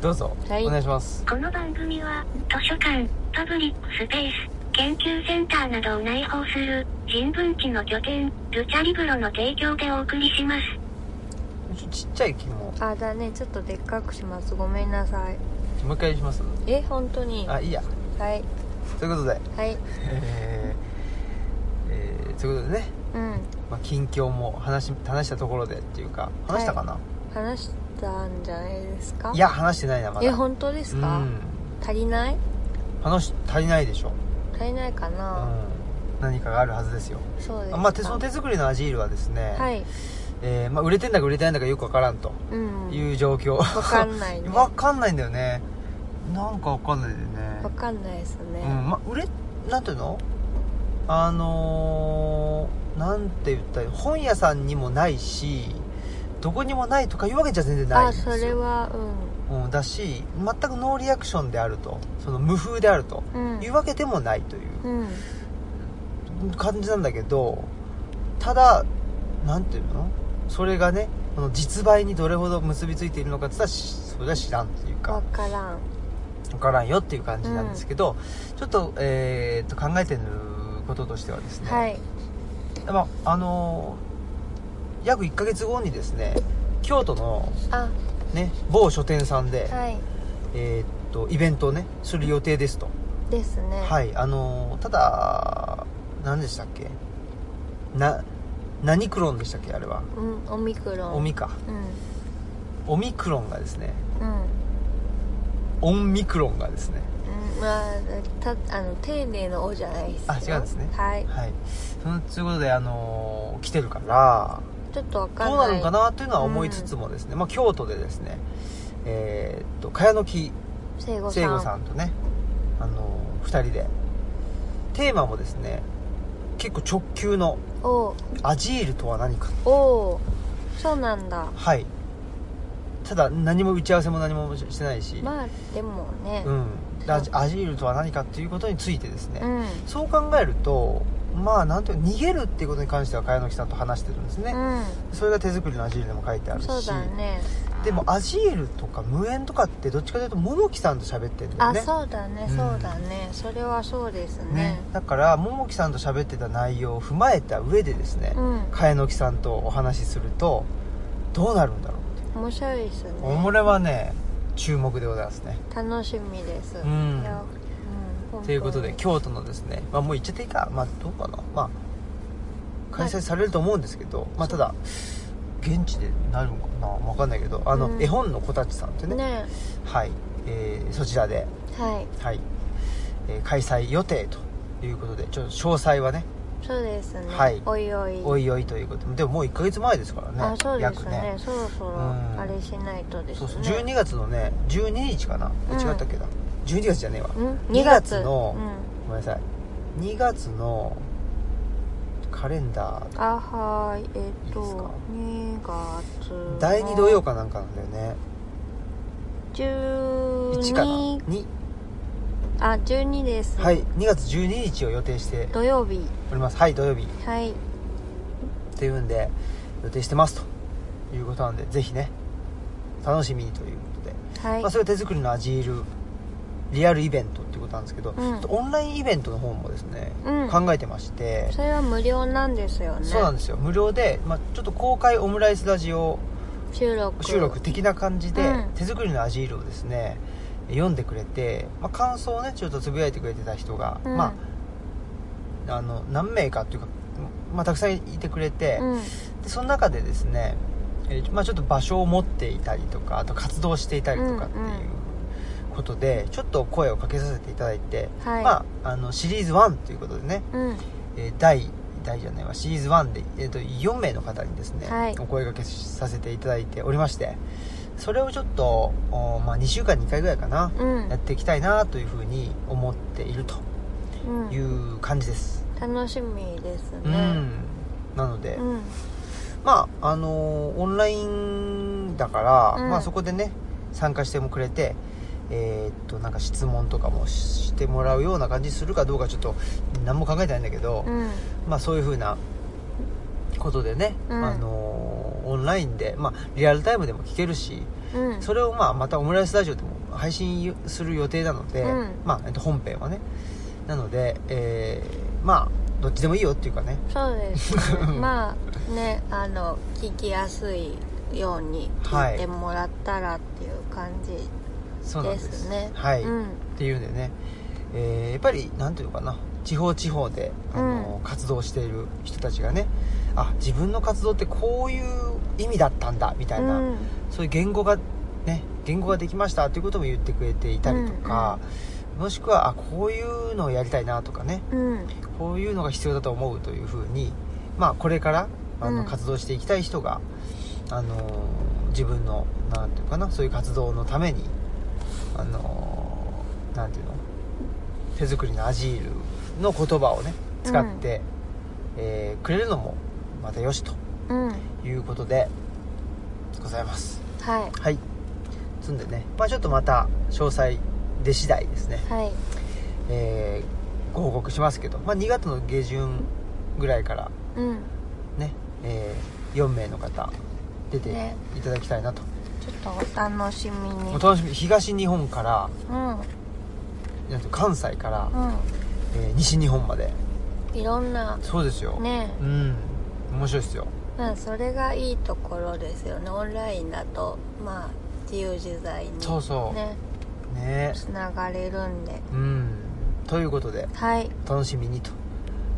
Speaker 1: どうぞ、
Speaker 2: はい
Speaker 1: お願いします
Speaker 3: この番組は、図書館、パブリックスペース、研究センターなどを内包する、人文地の拠点、ルチャリブロの提供でお送りします。
Speaker 1: ちょちっちゃい木も
Speaker 2: あだねちょっとでっかくしますごめんなさい
Speaker 1: もう一回します
Speaker 2: え本当には
Speaker 1: あいいや
Speaker 2: い
Speaker 1: ということで
Speaker 2: はい
Speaker 1: えーえーということでね、
Speaker 2: うん
Speaker 1: まあ、近況も話し話したところでっていうか話したかな、
Speaker 2: 話したんじゃないですか
Speaker 1: い、や話してないなまだ
Speaker 2: え本当ですか、
Speaker 1: うん
Speaker 2: 足りない
Speaker 1: 話し足りないでしょ、
Speaker 2: 足りないか
Speaker 1: う
Speaker 2: な、
Speaker 1: ん、何かがあるはずですよ
Speaker 2: そうですか
Speaker 1: まあ、手その手作りのアジールはですね、
Speaker 2: はい
Speaker 1: えーまあ、売れてんだか売れてないんだかよくわからんと
Speaker 2: うん
Speaker 1: いう状況、わ
Speaker 2: わかんな いね
Speaker 1: わかんないんだよねなんかわかんないんだよね
Speaker 2: わかんないです
Speaker 1: う
Speaker 2: ね、
Speaker 1: んまあ、売れなんていうのあのー、なんて言ったらいい本屋さんにもないしどこにもないとかいうわけじゃ全然ないん
Speaker 2: あ
Speaker 1: です
Speaker 2: そ
Speaker 1: よ
Speaker 2: れは
Speaker 1: うん、だし全くノーリアクションであるとその無風であると
Speaker 2: うん
Speaker 1: いうわけでもないとい
Speaker 2: うん、うん、
Speaker 1: う感じなんだけどただなんていうのそれがねこの実売にどれほど結びついているのかって言ったらしそれは知らんというか
Speaker 2: わからん
Speaker 1: わからんよっていう感じなんですけど、ちょっと,、えーっと考えてることとしてはですね、
Speaker 2: はい
Speaker 1: まああのー約1ヶ月後にですね京都の、
Speaker 2: あ
Speaker 1: ね、某書店さんで、
Speaker 2: はい
Speaker 1: えーっとイベントをねする予定ですと、
Speaker 2: ですね
Speaker 1: はいあのーただ何でしたっけな何クロンでしたっけあれは
Speaker 2: うんオミクロン
Speaker 1: オミか
Speaker 2: うん
Speaker 1: オミクロンがですね
Speaker 2: うん
Speaker 1: オンミクロンがですね
Speaker 2: うんまあたあの丁寧の「お」じゃないですよ
Speaker 1: あ違うんですね
Speaker 2: はい
Speaker 1: はいそのということであのー来てるから
Speaker 2: ちょっとわかん
Speaker 1: どう
Speaker 2: な
Speaker 1: ないるのかなというのは思いつつもですね、まあ、京都でですねえーっと茅野木
Speaker 2: 聖子
Speaker 1: 聖
Speaker 2: さん
Speaker 1: 子さんとねあの2人でテーマもですね結構直球の
Speaker 2: お
Speaker 1: 「アジールとは何か
Speaker 2: おそうなんだ」
Speaker 1: はいただ何も打ち合わせも何もしてないし、
Speaker 2: まあでもね
Speaker 1: うんでアジアジールとは何かっていうことについてですね、
Speaker 2: うん
Speaker 1: そう考えるとまあなんていうか逃げるっていうことに関しては茅野木さんと話してるんですね、
Speaker 2: う
Speaker 1: それが手作りのアジールでも書いてある
Speaker 2: ん
Speaker 1: し
Speaker 2: そうだね
Speaker 1: でもアジールとか無縁とかってどっちかというと桃木さんと喋ってるんだよ
Speaker 2: あ
Speaker 1: ね
Speaker 2: そうだね
Speaker 1: うん
Speaker 2: そうだねそれはそうです
Speaker 1: ね
Speaker 2: ね、
Speaker 1: だから桃木さんと喋ってた内容を踏まえた上でですね、
Speaker 2: うん
Speaker 1: 茅野木さんとお話しするとどうなるんだろうって
Speaker 2: 面白いですね
Speaker 1: これはね注目でございますね
Speaker 2: 楽しみです、
Speaker 1: うん
Speaker 2: いやうん
Speaker 1: ということで
Speaker 2: 本
Speaker 1: 京都のですね、まあ、もう行っちゃっていいかまあどうかなまあ開催されると思うんですけど、まあただ現地でなるのかなわかんないけどあの、
Speaker 2: うん
Speaker 1: 絵本の子たちさんって
Speaker 2: 当に
Speaker 1: ね
Speaker 2: ね
Speaker 1: はい、えーそちらで、
Speaker 2: はい
Speaker 1: はいえー開催予定ということでちょっと詳細はね
Speaker 2: そうですね、
Speaker 1: はい
Speaker 2: おいおい
Speaker 1: おいおいということででももう1ヶ月前ですからね
Speaker 2: あそうです
Speaker 1: 約
Speaker 2: ね
Speaker 1: ね
Speaker 2: そろそろ
Speaker 1: うん
Speaker 2: あれしないとです
Speaker 1: そう
Speaker 2: ね
Speaker 1: そう12月のね12日かな、
Speaker 2: うん
Speaker 1: 違ったっけだ12月じゃねえわ
Speaker 2: うん
Speaker 1: 2
Speaker 2: 2
Speaker 1: 月
Speaker 2: 月
Speaker 1: の
Speaker 2: うん、
Speaker 1: ごめんなさい2月のカレンダー
Speaker 2: あはーいえ
Speaker 1: いい
Speaker 2: っ、
Speaker 1: ですか
Speaker 2: と2月の
Speaker 1: 第2土曜かなんかなんだよね1かな
Speaker 2: 12
Speaker 1: 2
Speaker 2: あ12です、
Speaker 1: はい2月12日を予定して
Speaker 2: 土曜日
Speaker 1: おりますはい土曜日っ
Speaker 2: はい
Speaker 1: ていうんで予定してますということなんでぜひね楽しみにということで、
Speaker 2: はい、
Speaker 1: まあ、それは手作りのアジールリアルイベントっていうことなんですけど、
Speaker 2: うん
Speaker 1: ちょっとオンラインイベントの方もですね、
Speaker 2: うん
Speaker 1: 考えてまして
Speaker 2: それは無料なんですよね
Speaker 1: そうなんですよ無料で、まあ、ちょっと公開オムライスラジオ
Speaker 2: 収録
Speaker 1: 収録的な感じで、
Speaker 2: うん
Speaker 1: 手作りのアジールをですね読んでくれて、まあ、感想をねちょっとつぶやいてくれてた人が、
Speaker 2: うん
Speaker 1: まああの何名かっていうか、まあ、たくさんいてくれて、
Speaker 2: うん
Speaker 1: でその中でですね、えーまあ、ちょっと場所を持っていたりとかあと活動していたりとかっていう
Speaker 2: うんうん
Speaker 1: ことで、ちょっと声をかけさせていただいて、
Speaker 2: はい、
Speaker 1: まあ、あのシリーズ1ということでね
Speaker 2: うん
Speaker 1: えー第第じゃないわシリーズ1で、えー、と4名の方にですね、
Speaker 2: はい
Speaker 1: お声掛けさせていただいておりましてそれをちょっと、おまあ、2週間に1回ぐらいかな、
Speaker 2: うん
Speaker 1: やっていきたいなというふうに思っていると
Speaker 2: うん
Speaker 1: いう感じです、
Speaker 2: 楽しみです
Speaker 1: うん
Speaker 2: ね
Speaker 1: なので、
Speaker 2: うん
Speaker 1: まああのーオンラインだから、
Speaker 2: うん
Speaker 1: まあ、そこでね参加してもくれてえーっとなんか質問とかもししてもらうような感じするかどうかちょっと何も考えてないんだけど、
Speaker 2: うん
Speaker 1: まあ、そういうふうなことでね、
Speaker 2: うん
Speaker 1: あのーオンラインで、まあ、リアルタイムでも聞けるし
Speaker 2: うん
Speaker 1: それを、まあ、またオムライスラジオでも配信する予定なので、
Speaker 2: うん
Speaker 1: まあえっと、本編はねなので、えーまあどっちでもいいよっていうかね
Speaker 2: そうです ねまあねあの聞きやすいように聞いてもらったらっていう感じ
Speaker 1: そうなん
Speaker 2: で
Speaker 1: です
Speaker 2: すね、
Speaker 1: はい、
Speaker 2: う
Speaker 1: っ
Speaker 2: ん
Speaker 1: ていうんでね、えーやっぱりなんていうのかな地方地方で、あのー活動している人たちがねあ自分の活動ってこういう意味だったんだみたいな、
Speaker 2: うん
Speaker 1: そういう言語がね言語ができましたということも言ってくれていたりとか、もしくはあこういうのをやりたいなとかね
Speaker 2: うん
Speaker 1: こういうのが必要だと思うというふうに、まあ、これからあの、
Speaker 2: うん
Speaker 1: 活動していきたい人が、あのー自分のなんていうかなそういう活動のために、あのーなんていうの手作りのアジールの言葉をね使って、えーくれるのもまたよしと
Speaker 2: うんは
Speaker 1: いうことでございます。
Speaker 2: い
Speaker 1: はいつんでねまあちょっとまた詳細で次第ですね、
Speaker 2: はい
Speaker 1: えーご報告しますけど、まあ、2月の下旬ぐらいから
Speaker 2: うん
Speaker 1: ね、え4名の方出て
Speaker 2: ね
Speaker 1: いただきたいなと、
Speaker 2: ちょっとお楽しみに
Speaker 1: お楽しみ東日本から
Speaker 2: うん
Speaker 1: なんていうの関西から、
Speaker 2: う
Speaker 1: えー西日本まで
Speaker 2: んいろんな
Speaker 1: そうですよ、
Speaker 2: ね
Speaker 1: うん面白いですよ
Speaker 2: まあそれがいいところですよねオンラインだとまあ自由自在に
Speaker 1: そうそう
Speaker 2: ね
Speaker 1: ね
Speaker 2: つながれるんで
Speaker 1: うんということで
Speaker 2: はい
Speaker 1: 楽しみにと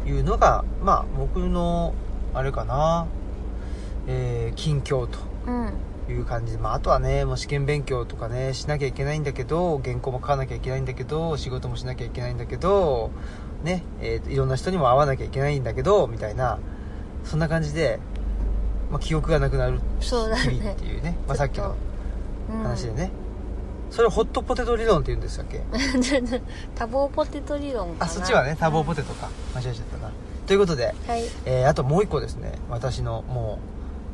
Speaker 1: いうのがまあ僕のあれかな、えー近況と
Speaker 2: うん
Speaker 1: いう感じで、まあ、あとはねもう試験勉強とかねしなきゃいけないんだけど原稿も書かなきゃいけないんだけど仕事もしなきゃいけないんだけどねえーといろんな人にも会わなきゃいけないんだけどみたいなそんな感じで、まあ、記憶がなくなる
Speaker 2: そうだ
Speaker 1: 日々
Speaker 2: ね
Speaker 1: っていうね、まあ、さっきの
Speaker 2: うん
Speaker 1: 話でね、それをホットポテト理論って言うんでしたっけ
Speaker 2: 多忙ポテト理論かな
Speaker 1: あそっちはね多忙ポ
Speaker 2: テ
Speaker 1: テトか間違えちゃったなということで、
Speaker 2: トはい
Speaker 1: えーあともう一個ですね私のも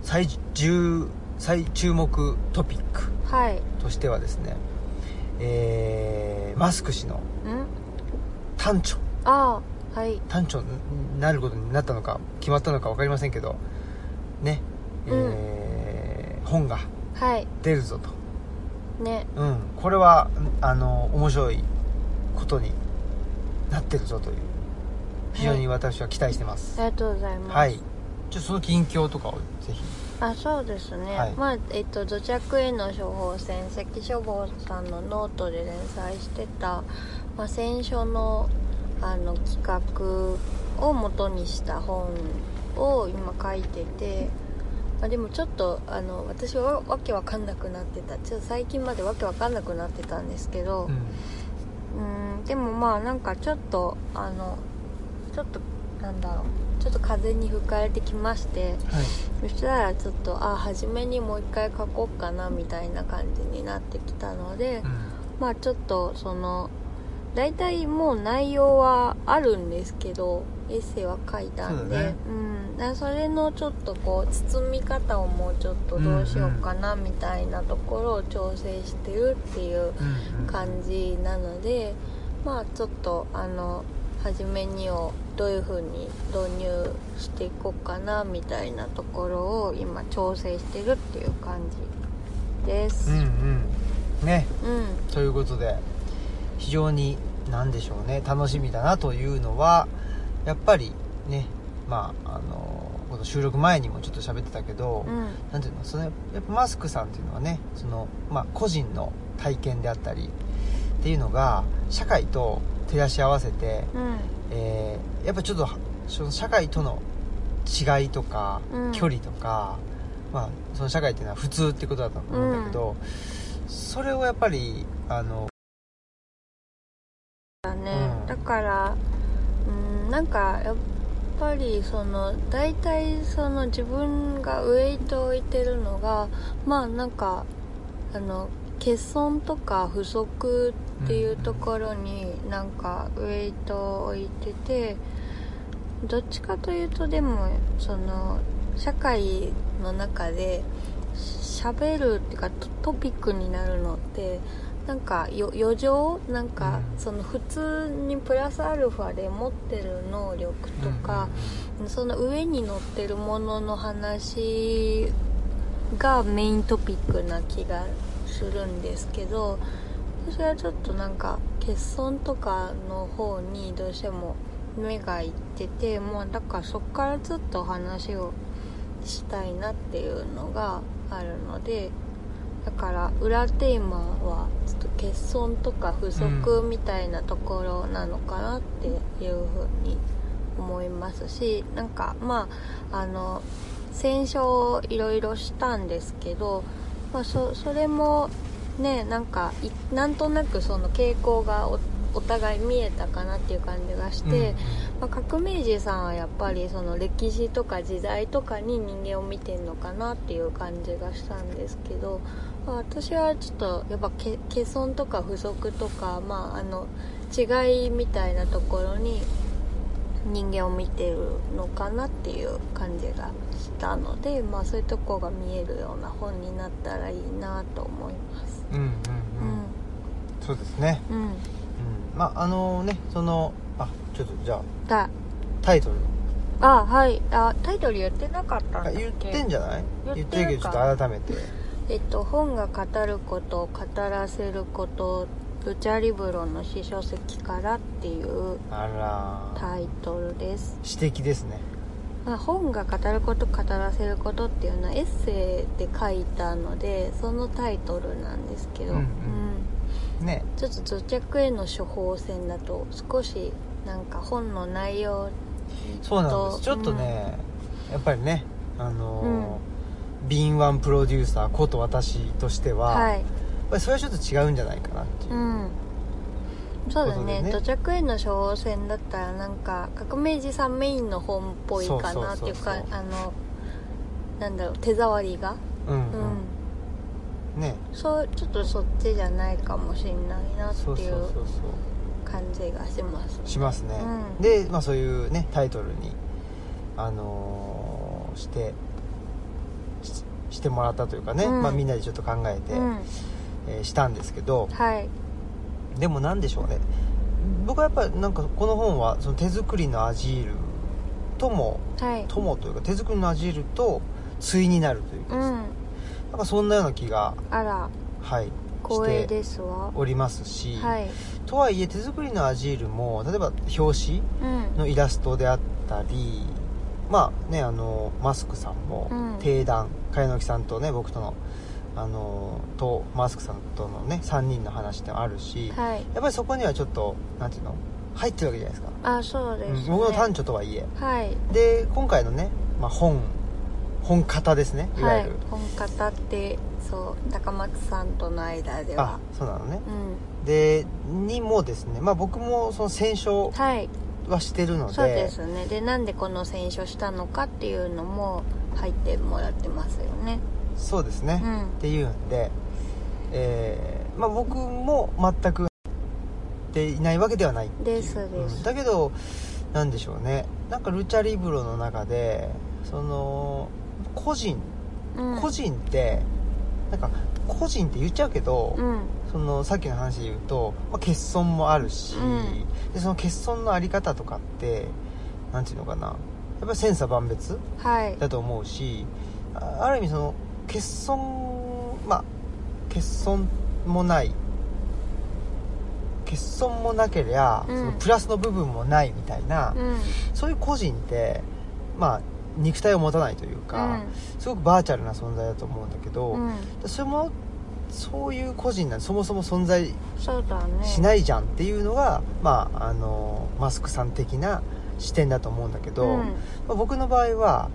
Speaker 1: う最重最注目トピック
Speaker 2: はい
Speaker 1: としてはですねえーマスク氏の
Speaker 2: うん
Speaker 1: 短調
Speaker 2: ああはい
Speaker 1: 短調になることになったのか決まったのか分かりませんけどねえー本が
Speaker 2: はい
Speaker 1: 出るぞと
Speaker 2: ね
Speaker 1: うん、これはあの面白いことになってるぞという非常に私は期待してま
Speaker 2: あ
Speaker 1: す
Speaker 2: り
Speaker 1: はい、
Speaker 2: がとうございます、
Speaker 1: ちょっとその近況とかをぜひ
Speaker 2: あそうですね、
Speaker 1: はい
Speaker 2: まあえっと土着への処方箋関書房さんのノートで連載してた、まあ、選書のあの企画を元にした本を今書いてて、まあ、でもちょっとあの私はわけわかんなくなってたちょっと最近までわけわかんなくなってたんですけど、
Speaker 1: うん
Speaker 2: うんでもまあなんかちょっとあのちょっとなんだろうちょっと風に吹かれてきまし
Speaker 1: は
Speaker 2: て
Speaker 1: い
Speaker 2: そしたらちょっとあ初めにもう一回書こうかなみたいな感じになってきたので、まあちょっとその大体もう内容はあるんですけどエッセイは書いたん
Speaker 1: そう
Speaker 2: で
Speaker 1: だね
Speaker 2: うんだからそれのちょっとこう包み方をもうちょっとどうしようかなみたいなところを調整してるっていう
Speaker 1: うんうんうん
Speaker 2: 感じなのでまあちょっとあの初めにをどういう風に導入していこうかなみたいなところを今調整してるっていう感じです
Speaker 1: うんうんね
Speaker 2: うん、
Speaker 1: ということで非常に何でしょうね楽しみだなというのはやっぱりねまああのこの収録前にもちょっと喋ってたけど、
Speaker 2: うん
Speaker 1: なんていうのそのやっぱマスクさんっていうのはねその、まあ、個人の体験であったりっていうのが社会と照らし合わせて、
Speaker 2: うん
Speaker 1: えーやっぱちょっとその社会との違いとか、
Speaker 2: うん
Speaker 1: 距離とか、まあ、その社会っていうのは普通ってことだと思うんだけど、それをやっぱりあの
Speaker 2: だね、
Speaker 1: うん
Speaker 2: だからうんなんかやっぱりその大体その自分がウエイトを置いてるのがまあなんかあの欠損とか不足っていうところになんかウエイトを置いててどっちかというとでもその社会の中で喋るっていうかトトピックになるのってなんかよ余剰なんか
Speaker 1: うん
Speaker 2: その普通にプラスアルファで持ってる能力とか、その上に乗ってるものの話がメイントピックな気がするんですけど私はちょっとなんか欠損とかの方にどうしても目がいっててもうだからそっからずっと話をしたいなっていうのがあるのでだから裏テーマはちょっと欠損とか不足みたいなところなのかなっていうふうに思いますしなんかまああの戦勝をいろいろしたんですけど、まあ、そそれもねなんかいなんとなくその傾向がおお互い見えたかなっていう感じがして。まあ、革命児さんはやっぱりその歴史とか時代とかに人間を見てんのかなっていう感じがしたんですけど、まあ私はちょっとやっぱけ欠損とか不足とか、まあ、あの違いみたいなところに人間を見てるのかなっていう感じがしたので、まあ、そういうとこが見えるような本になったらいいなと思います。
Speaker 1: うんうんうん
Speaker 2: う
Speaker 1: うん
Speaker 2: ん
Speaker 1: そうですね、
Speaker 2: うん、
Speaker 1: うん、まああのねそのあちょっとじゃあ
Speaker 2: だ
Speaker 1: タイトル
Speaker 2: あはいあタイトル言ってなかったんだ
Speaker 1: あ
Speaker 2: っけ
Speaker 1: 言ってんじゃない
Speaker 2: 言
Speaker 1: 言
Speaker 2: っ
Speaker 1: ってて
Speaker 2: る
Speaker 1: る
Speaker 2: か
Speaker 1: けどちょっと改めて
Speaker 2: えっと、本が語ること語らせることルチャリブロの詩書籍からっていう
Speaker 1: あら
Speaker 2: タイトルです、
Speaker 1: 詩的ですね
Speaker 2: まあ、本が語ること語らせることっていうのはエッセイで書いたのでそのタイトルなんですけど、
Speaker 1: うんうん
Speaker 2: うん
Speaker 1: ね
Speaker 2: ちょっと土着への処方箋だと少しなんか本の内容
Speaker 1: そうなんで
Speaker 2: と
Speaker 1: すちょっとね、やっぱりねあのー敏腕プロデューサーこと私としては、
Speaker 2: は
Speaker 1: やっ
Speaker 2: い
Speaker 1: ぱりそれはちょっと違うんじゃないかなっていうう、
Speaker 2: んそう
Speaker 1: という
Speaker 2: だね
Speaker 1: ことでね
Speaker 2: 土着園の処方箋だったらなんか革命児さんメインの本っぽいかなって
Speaker 1: そうそ
Speaker 2: いうか
Speaker 1: うそうそう
Speaker 2: あのなんだろう手触りが
Speaker 1: うん
Speaker 2: う、
Speaker 1: うんんね
Speaker 2: そうちょっとそっちじゃないかもしれないなって
Speaker 1: そうそう
Speaker 2: い
Speaker 1: そう
Speaker 2: う
Speaker 1: そう
Speaker 2: 感じがします
Speaker 1: しますね、
Speaker 2: うん
Speaker 1: で、まあ、そういうねタイトルに、あのーしてししてもらったというかね、
Speaker 2: うん
Speaker 1: まあ、みんなでちょっと考えて、
Speaker 2: うん
Speaker 1: えーしたんですけど
Speaker 2: はい
Speaker 1: でも何でしょうね僕はやっぱりなんかこの本はその手作りのアジールとも
Speaker 2: はい
Speaker 1: ともというか手作りのアジールと対になるという
Speaker 2: う
Speaker 1: か,、
Speaker 2: ん
Speaker 1: なんかそんなような気が、
Speaker 2: あら
Speaker 1: はい、
Speaker 2: 光栄
Speaker 1: して
Speaker 2: ですわ
Speaker 1: おりますし、
Speaker 2: はい
Speaker 1: とはいえ手作りのアジールも例えば表紙
Speaker 2: うん
Speaker 1: のイラストであったりまあねあのマスクさんも
Speaker 2: うん
Speaker 1: 定談、茅野木さんとね僕とのあのとマスクさんとのね3人の話ってあるし、
Speaker 2: はい
Speaker 1: やっぱりそこにはちょっとなんていうの入ってるわけじゃないですか
Speaker 2: あそうです、ね
Speaker 1: うん僕の短所とはいえ
Speaker 2: はい
Speaker 1: で今回のね、まあ、本本型ですねいわ
Speaker 2: は
Speaker 1: ゆ
Speaker 2: い
Speaker 1: る、
Speaker 2: 本方ってそう高松さんとの間で
Speaker 1: あ
Speaker 2: は
Speaker 1: そうなのね
Speaker 2: うん
Speaker 1: でにもですねまあ僕もその選書
Speaker 2: はい
Speaker 1: はしてるので
Speaker 2: そうですねでなんでこの選書したのかっていうのも入ってもらってますよね
Speaker 1: そうですね、
Speaker 2: うん
Speaker 1: っていうんで、えーまあ、僕も全く入っていないわけではないっていう
Speaker 2: ですです
Speaker 1: うんだけどなんでしょうねなんかルチャリブロの中でその個人
Speaker 2: うん
Speaker 1: 個人って、なんか個人って言っちゃうけど、
Speaker 2: うん
Speaker 1: そのさっきの話で言うと、まあ、欠損もあるし、
Speaker 2: う
Speaker 1: でその欠損のあり方とかってなんていうのかなやっぱり千差万別
Speaker 2: はい
Speaker 1: だと思うしあある意味その欠損まあ欠損もない欠損もなけりゃ、
Speaker 2: うん
Speaker 1: そのプラスの部分もないみたいな、
Speaker 2: うん
Speaker 1: そういう個人ってまあ肉体を持たないというか、すごくバーチャルな存在だと思うんだけど、
Speaker 2: うんうん
Speaker 1: それもそういう個人なんてそもそも存在
Speaker 2: そうだね
Speaker 1: しないじゃんっていうのが、まああのマスクさん的な視点だと思うんだけど、
Speaker 2: うん
Speaker 1: まあ僕の場合は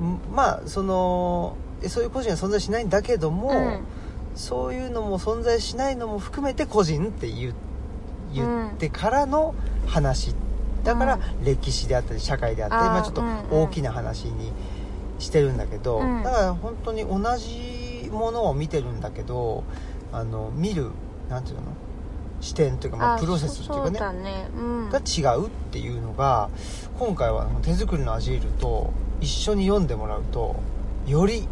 Speaker 1: んまあそのえそういう個人は存在しないんだけども、
Speaker 2: うん
Speaker 1: そういうのも存在しないのも含めて個人って言う言ってからの話だから歴史であったり社会であったり、
Speaker 2: あー
Speaker 1: まあ、ちょっと
Speaker 2: うんうん
Speaker 1: 大きな話にしてるんだけど、
Speaker 2: うん
Speaker 1: だから本当に同じものを見てるんだけどあの見るなんていうの視点というか、まあ、
Speaker 2: あ
Speaker 1: プロセスっていうか
Speaker 2: そう
Speaker 1: ね
Speaker 2: だねうん
Speaker 1: が違うっていうのが今回はあの手作りのアジールと一緒に読んでもらうとより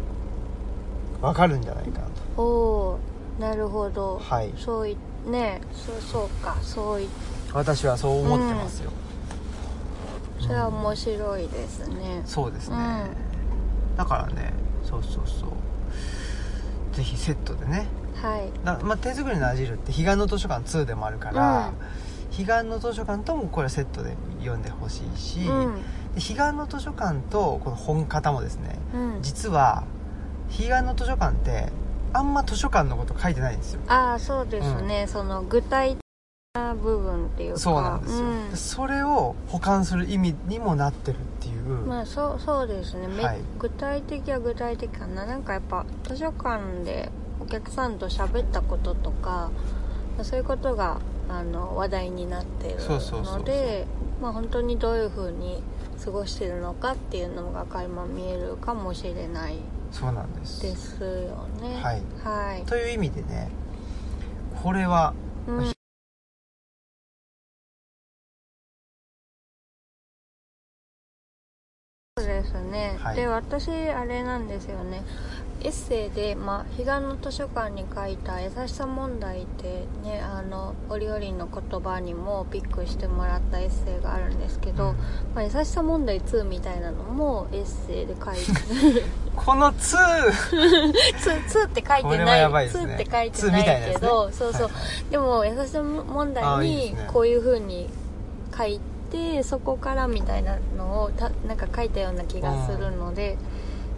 Speaker 1: 分かるんじゃないかなと
Speaker 2: おおなるほど
Speaker 1: はい
Speaker 2: そういねそうそうかそうい
Speaker 1: 私はそう思ってますよ、
Speaker 2: それは面白いですね
Speaker 1: そうですね、だからねそうそうそうぜひセットでね
Speaker 2: はい
Speaker 1: なまあ、手作りのアジールって彼岸の図書館2でもあるから、彼岸の図書館ともこれセットで読んでほしいし、
Speaker 2: うん
Speaker 1: で彼岸の図書館とこの本型もですね
Speaker 2: うん
Speaker 1: 実は彼岸の図書館ってあんま図書館のこと書いてないんですよ
Speaker 2: ああそうですね、その具体的な部分っていうか
Speaker 1: そうなんですよ、でそれを保管する意味にもなってるっていう、
Speaker 2: うんまあそうそうですね、め
Speaker 1: はい
Speaker 2: 具体的は具体的かななんかやっぱ図書館でお客さんと喋ったこととかまあそういうことがあの話題になってるので
Speaker 1: そうそうそうそう
Speaker 2: まあ本当にどういうふうに過ごしてるのかっていうのが垣間見えるかもしれない
Speaker 1: そうなんです
Speaker 2: ですよね
Speaker 1: はい
Speaker 2: はい
Speaker 1: という意味でねこれは
Speaker 2: うんそうですね、
Speaker 1: はい
Speaker 2: で私あれなんですよねエッセイで、まあ、彼岸の図書館に書いた「優しさ問題」ってねあの折々の言葉にもピックしてもらったエッセイがあるんですけど
Speaker 1: う
Speaker 2: 「
Speaker 1: ん
Speaker 2: まあ、優しさ問題2」みたいなのもエッセイで 書いて
Speaker 1: この 2!
Speaker 2: ツツーって書い
Speaker 1: こ
Speaker 2: て
Speaker 1: れはやば
Speaker 2: ないい、
Speaker 1: で
Speaker 2: ツ
Speaker 1: す
Speaker 2: ー
Speaker 1: ね
Speaker 2: って書い
Speaker 1: ツ
Speaker 2: て
Speaker 1: ーみた
Speaker 2: ないい
Speaker 1: なや
Speaker 2: け
Speaker 1: つね
Speaker 2: ど、そうそう、
Speaker 1: は
Speaker 2: でも優しさ問
Speaker 1: あー
Speaker 2: 題
Speaker 1: いい
Speaker 2: に
Speaker 1: ですね
Speaker 2: こういう風に書いてそこからみたいなのをたなんか書いたような気がするので、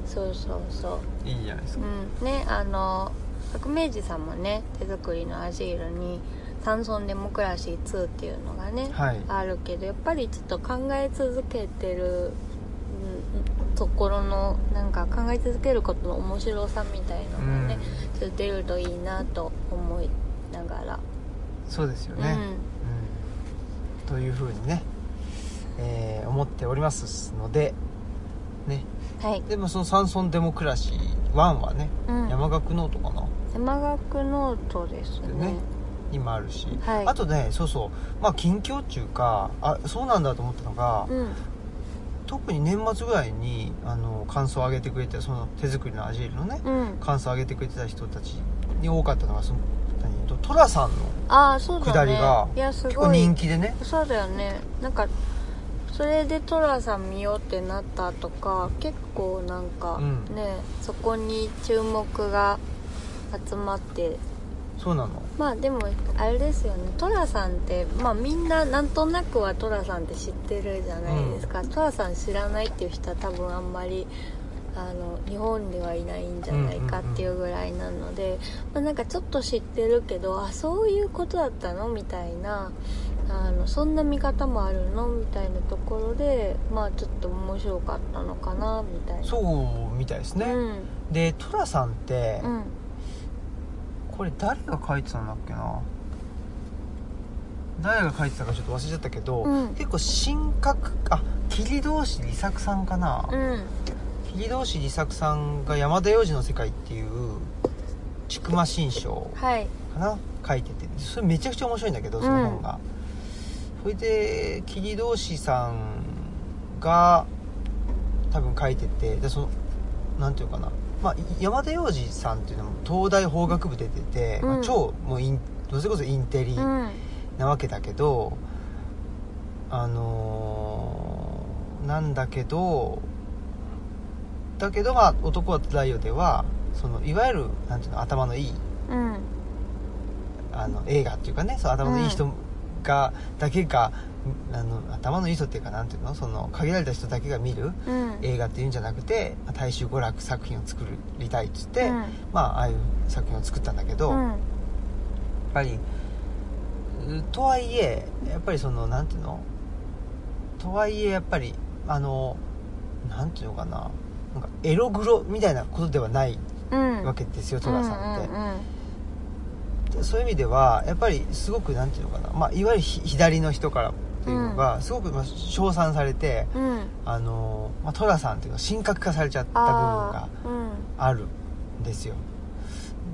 Speaker 2: そうそうそ
Speaker 1: いいじゃないです
Speaker 2: う、
Speaker 1: か、
Speaker 2: うん、ねあの革命児さんもね手作りのアジールに「山村デモクラシー2」っていうのがね、
Speaker 1: はい
Speaker 2: あるけどやっぱりちょっと考え続けてるところのなんか考え続けることの面白さみたいなのがね、ちょっと出るといいなと思いながら、
Speaker 1: そうですよね、うんというふうにね、えー思っておりますのでね
Speaker 2: うんはい、
Speaker 1: でもその「山村デモクラシー1」はね、
Speaker 2: うん、
Speaker 1: 山岳ノートかな
Speaker 2: 山岳ノートですね
Speaker 1: ね今あるし、
Speaker 2: はい
Speaker 1: あとねそうそうまあ近況っていうかあそうなんだと思ったのが、
Speaker 2: うん
Speaker 1: 特に年末ぐらいにあの感想を上げてくれてその手作りのアジェルのね、
Speaker 2: うん
Speaker 1: 感想を上げてくれてた人たちに多かったのがその何えっとトラさんの
Speaker 2: ああそうだね
Speaker 1: 下りが
Speaker 2: いやす
Speaker 1: 結
Speaker 2: ご
Speaker 1: 構
Speaker 2: い
Speaker 1: 人気でね
Speaker 2: そうだよねなんかそれでトラさん見ようってなったとか結構なんか
Speaker 1: うん
Speaker 2: ね、そこに注目が集まって
Speaker 1: そうなの
Speaker 2: まあでもあれですよねトラさんってまあみんななんとなくはトラさんって知ってるじゃないですか、トラさん知らないっていう人は多分あんまりあの日本ではいないんじゃないかっていうぐらいなので、まあ、なんかちょっと知ってるけどあそういうことだったのみたいなあのそんな見方もあるのみたいなところでまあちょっと面白かったのかなみたいな
Speaker 1: そうみたいですね、
Speaker 2: うん
Speaker 1: でトラさんって、
Speaker 2: うん
Speaker 1: これ誰が書いてたんだっけな誰が書いてたかちょっと忘れちゃったけど、
Speaker 2: うん
Speaker 1: 結構神格あ霧同士利作さんかな、
Speaker 2: うん
Speaker 1: 霧同士利作さんが山田洋次の世界っていう千曲新書
Speaker 2: はい
Speaker 1: かな書いててそれめちゃくちゃ面白いんだけどその本が、それで桐同士さんが多分書いててでそのなんていうかな、まあ、山田洋次さんっていうのも東大法学部出てて、まあ
Speaker 2: うん
Speaker 1: 超もうインそれこそインテリ
Speaker 2: うん
Speaker 1: なわけだけど、あのーなんだけどだけどまあ男はライオではそのいわゆるなんていうの頭のいい
Speaker 2: うん
Speaker 1: あの映画っていうかねそう頭のいい人が、だけがあの頭のいい人っていうかなんていうのその限られた人だけが見る
Speaker 2: うん
Speaker 1: 映画っていうんじゃなくてまあ大衆娯楽作品を作りたいっつって、
Speaker 2: うん
Speaker 1: まあああいう作品を作ったんだけど、
Speaker 2: う
Speaker 1: やっ
Speaker 2: ん
Speaker 1: ぱりうとはいえやっぱりそのなんていうのとはいえやっぱりあのなんていうのかななんかエログロみたいなことではない
Speaker 2: うん
Speaker 1: わけですよ、寅さんって。
Speaker 2: うん
Speaker 1: そういう意味ではやっぱりすごくなんていうのかな、まあ、いわゆるひ左の人からっていうのがすごくまあ称賛されて、
Speaker 2: うんうん、うん
Speaker 1: あのまあ、トラさんっていうのは神格化されちゃった部分
Speaker 2: あ
Speaker 1: が
Speaker 2: ーうん
Speaker 1: あるんですよ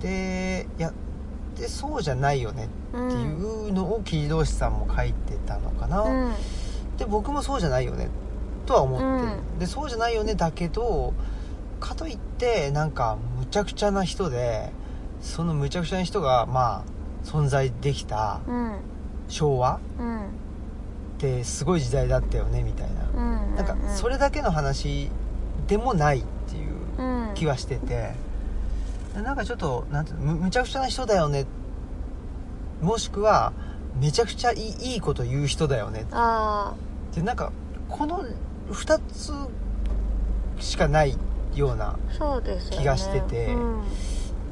Speaker 1: でいやでそうじゃないよねってい
Speaker 2: うん
Speaker 1: うのを桐同士さんも書いてたのかな、
Speaker 2: うん
Speaker 1: で僕もそうじゃないよねとは思ってる、でそうじゃないよねだけどかといってなんかむちゃくちゃな人でそのむちゃくちゃな人がまあ存在できた
Speaker 2: うん
Speaker 1: 昭和
Speaker 2: うん
Speaker 1: ってすごい時代だったよねみたいな
Speaker 2: うん
Speaker 1: なんかそれだけの話でもないっていう気
Speaker 2: は
Speaker 1: はしててなんかちょっとなんていうのむむちゃくちゃな人だよねもしくはめちゃくちゃいいいいこと言う人だよね
Speaker 2: あ
Speaker 1: でなんかこの2つしかないような
Speaker 2: あそうですよ、ね、
Speaker 1: 気がしてて
Speaker 2: うん、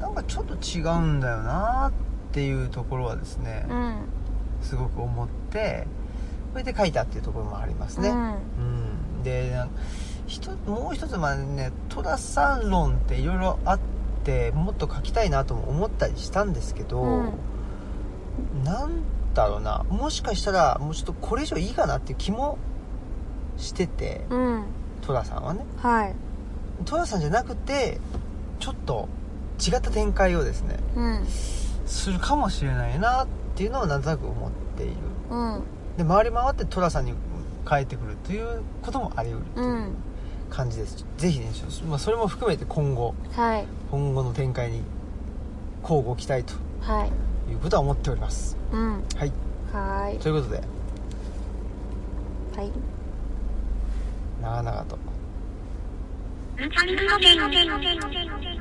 Speaker 1: なんかちょっと違うんだよなっていうところはですね
Speaker 2: うん、
Speaker 1: すごく思ってそれで書いたっていうところもあります
Speaker 2: う
Speaker 1: ね
Speaker 2: ん
Speaker 1: うんでなんひともう一つまあね寅さん論っていろいろあってもっと書きたいなとも思ったりしたんですけど、
Speaker 2: うん
Speaker 1: なんだろうなもしかしたらもうちょっとこれ以上いいかなっていう気もしてて
Speaker 2: うん、
Speaker 1: 寅さんはね
Speaker 2: はい
Speaker 1: トラさんじゃなくてちょっと違った展開をですね
Speaker 2: うん
Speaker 1: するかもしれないなっていうのをなんとなく思っている
Speaker 2: うん
Speaker 1: で回り回ってトラさんに帰ってくるということもあり得ると
Speaker 2: う
Speaker 1: いうん感じです、ぜひね、ちょっとまあ、それも含めて今後
Speaker 2: はい
Speaker 1: 今後の展開に交互期待と
Speaker 2: はい
Speaker 1: いうことは思っております
Speaker 2: うん
Speaker 1: はい
Speaker 2: はーい
Speaker 1: ということで
Speaker 2: はい
Speaker 1: 長々と
Speaker 3: ルチャリブロゲーム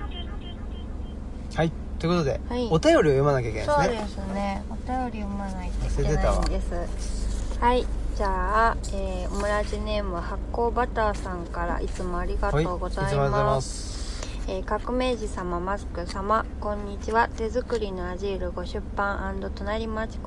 Speaker 1: はいということで、
Speaker 2: はい
Speaker 1: お便りを読まなきゃいけ
Speaker 2: そ
Speaker 1: な
Speaker 2: う
Speaker 1: いです
Speaker 2: で
Speaker 1: ね
Speaker 2: すねお便り読まないと
Speaker 1: 忘
Speaker 2: い
Speaker 1: れ
Speaker 2: け
Speaker 1: て
Speaker 2: な
Speaker 1: た
Speaker 2: いん
Speaker 1: わ
Speaker 2: ですはいじゃあ、えー、オムラジネーム発酵バターさんからいつもありがと
Speaker 1: はいう
Speaker 2: ご
Speaker 1: いつもあ
Speaker 2: ざ
Speaker 1: り
Speaker 2: い
Speaker 1: がとうござい
Speaker 2: ま
Speaker 1: ますす
Speaker 2: えー革命児様マスク様こんにちは手作りのアジールご出版隣町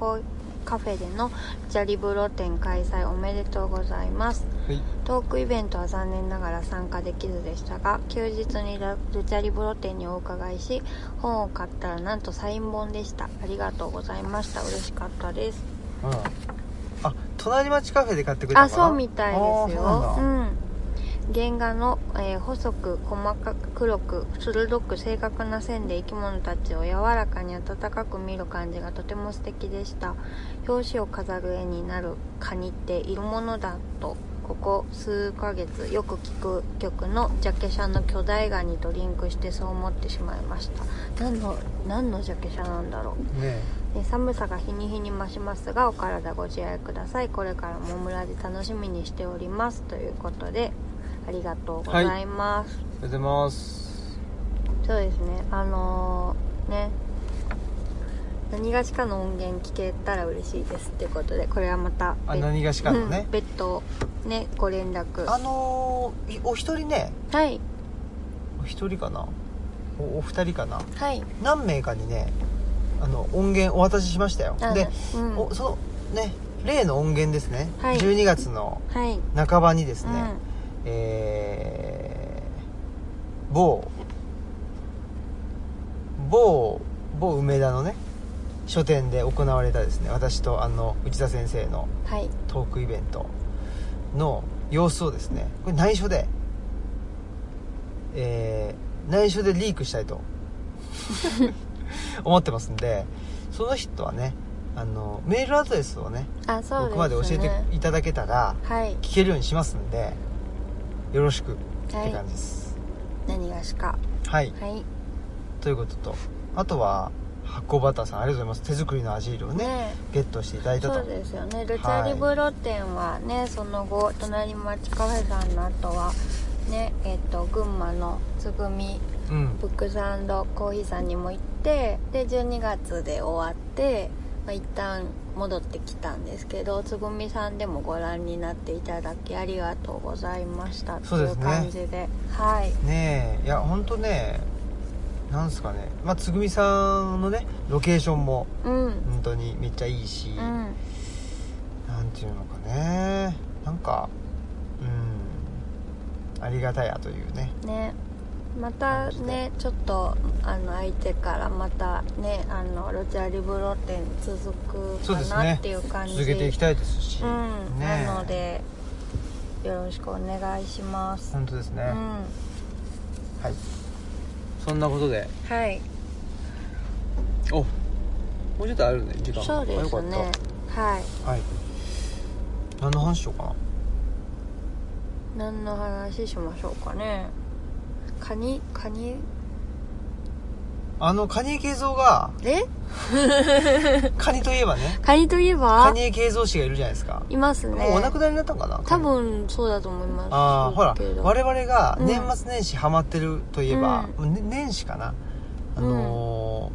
Speaker 2: カフェでのジャリブロ展開催おめでとうございます
Speaker 1: はい
Speaker 2: トークイベントは残念ながら参加できずでしたが休日にラルチャリブロ店にお伺いし本を買ったらなんとサイン本でしたありがとうございました嬉しかったです
Speaker 1: うんあ隣町カフェで買ってくれた
Speaker 2: あ
Speaker 1: のかな
Speaker 2: そうみたいで
Speaker 1: あ
Speaker 2: すよ
Speaker 1: ー
Speaker 2: う
Speaker 1: そうなんだ
Speaker 2: ん原画の、えー細く細かく黒く鋭く正確な線で生き物たちを柔らかに温かく見る感じがとても素敵でした表紙を飾る絵になるカニっているものだとここ数ヶ月よく聞く曲のジャケ写の巨大ガニとリンクしてそう思ってしまいました何の何のジャケ写なんだろう
Speaker 1: ね
Speaker 2: えー寒さが日に日に増しますがお体ご自愛くださいこれからも村で楽しみにしておりますということでありがとうございます、
Speaker 1: えありがとうございます
Speaker 2: そうですねあのーね何がしかの音源聞けたら嬉しいですってことでこれはまた
Speaker 1: あ
Speaker 2: 別
Speaker 1: 何がしかのね
Speaker 2: うん、別途ねご連絡
Speaker 1: あ
Speaker 2: は
Speaker 1: のーいお一人ね
Speaker 2: い
Speaker 1: お一人かなおお二人かな
Speaker 2: はい
Speaker 1: 何名かにねあの音源お渡ししましたよ
Speaker 2: あ
Speaker 1: で、
Speaker 2: うん、は
Speaker 1: おそのね例の音源ですね、
Speaker 2: はい
Speaker 1: 12月の
Speaker 2: い、
Speaker 1: 半ばにです
Speaker 2: う
Speaker 1: ね、
Speaker 2: ん
Speaker 1: えー某某某梅田のね書店で行われたですね私とあの内田先生の
Speaker 2: はい
Speaker 1: トークイベントの様子をですねこれ内緒で、えー内緒でリークしたい と思ってますんでその人はねあのメールアドレスをね
Speaker 2: あそうですね
Speaker 1: 僕まで教えていただけたら
Speaker 2: はい
Speaker 1: 聞けるようにしますんでよろしくっ
Speaker 2: は
Speaker 1: て
Speaker 2: い
Speaker 1: 感じです
Speaker 2: 何がしか
Speaker 1: はい、
Speaker 2: はい
Speaker 1: ということとあとは発酵バターさんありがとうございます手作りのアジールをね
Speaker 2: ね
Speaker 1: ゲットしていただいた
Speaker 2: そう
Speaker 1: と
Speaker 2: ですよねルチャリブロ店はね、その後隣町カフェさんの後はねえっ、と群馬のつぐみ
Speaker 1: うん
Speaker 2: ブックスコーヒーさんにも行ってで12月で終わって、まあ、一旦戻ってきたんですけどつぐみさんでもご覧になっていただきありがとうございましたって
Speaker 1: そう
Speaker 2: い
Speaker 1: です
Speaker 2: う
Speaker 1: ね
Speaker 2: 感じではい
Speaker 1: ねえいや本当ねなんすかねまあつぐみさんのねロケーションも
Speaker 2: うんうん
Speaker 1: 本当にめっちゃいいし、なんていうのかねなんかうんありがたやというね
Speaker 2: ねまたねちょっとあの相手からまたねあのロチャリブロ展続く
Speaker 1: そう
Speaker 2: か
Speaker 1: です
Speaker 2: な
Speaker 1: ね
Speaker 2: っていう感じ
Speaker 1: 続けていきたいですし、
Speaker 2: うん、
Speaker 1: ねえ
Speaker 2: なのでよろしくお願いします、
Speaker 1: 本当ですね、
Speaker 2: うん
Speaker 1: はいそんなことで
Speaker 2: はい
Speaker 1: おもうちょっとあるね時間
Speaker 2: そうで
Speaker 1: あよか
Speaker 2: す
Speaker 1: っ
Speaker 2: ねはい
Speaker 1: たはい何の話しようかな
Speaker 2: 何の話しましょうかねカニカニ
Speaker 1: あの蟹江慶三 が
Speaker 2: え
Speaker 1: カニといえばね
Speaker 2: カニといえば
Speaker 1: 蟹江慶三氏がいるじゃないですか、
Speaker 2: いますね
Speaker 1: もうお亡くなりになったんかな
Speaker 2: 多分そうだと思います
Speaker 1: ああほら
Speaker 2: けど
Speaker 1: 我々が年末年始ハマってるといえば、ね年始かなあの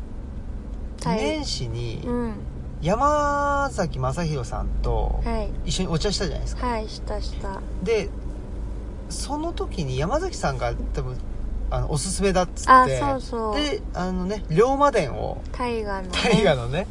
Speaker 1: ー
Speaker 2: はい
Speaker 1: 年始に
Speaker 2: うん
Speaker 1: 山崎正弘さんと
Speaker 2: はい
Speaker 1: 一緒にお茶したじゃないですか、
Speaker 2: はいしたした
Speaker 1: でその時に山崎さんが多分あのおすすめだっつって
Speaker 2: あそうそう
Speaker 1: であのね龍馬伝を
Speaker 2: 大河の、ね、
Speaker 1: 大河のね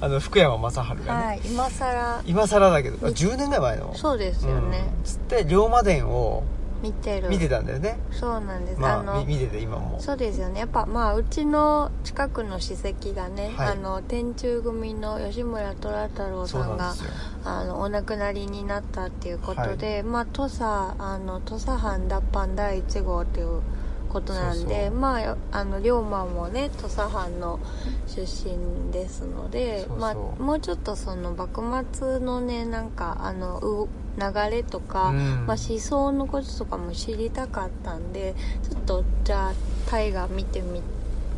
Speaker 1: あの福山雅治がね、
Speaker 2: はい今さら
Speaker 1: 今更だけどあ10年ぐらい前の
Speaker 2: そうですよね、
Speaker 1: うんつって龍馬伝を
Speaker 2: 見てる
Speaker 1: 見てたんだよね、
Speaker 2: そうなんです、
Speaker 1: ま
Speaker 2: あ
Speaker 1: あ
Speaker 2: の
Speaker 1: み見てて今も
Speaker 2: そうですよねやっぱまあうちの近くの史跡がね、
Speaker 1: はい
Speaker 2: あの天中組の吉村虎太郎
Speaker 1: そう
Speaker 2: さん
Speaker 1: なん
Speaker 2: が
Speaker 1: ですよ
Speaker 2: あのお亡くなりになったっていうことで、まあ土佐あの土佐藩脱藩第1号っていうことなんで
Speaker 1: そうそう
Speaker 2: まあよあの龍馬もね土佐藩の出身ですので
Speaker 1: そうそう
Speaker 2: まあ、もうちょっとその幕末のねなんかあのう流れとか、
Speaker 1: うん
Speaker 2: まあ、思想のこととかも知りたかったんでちょっとじゃあ大河見てみ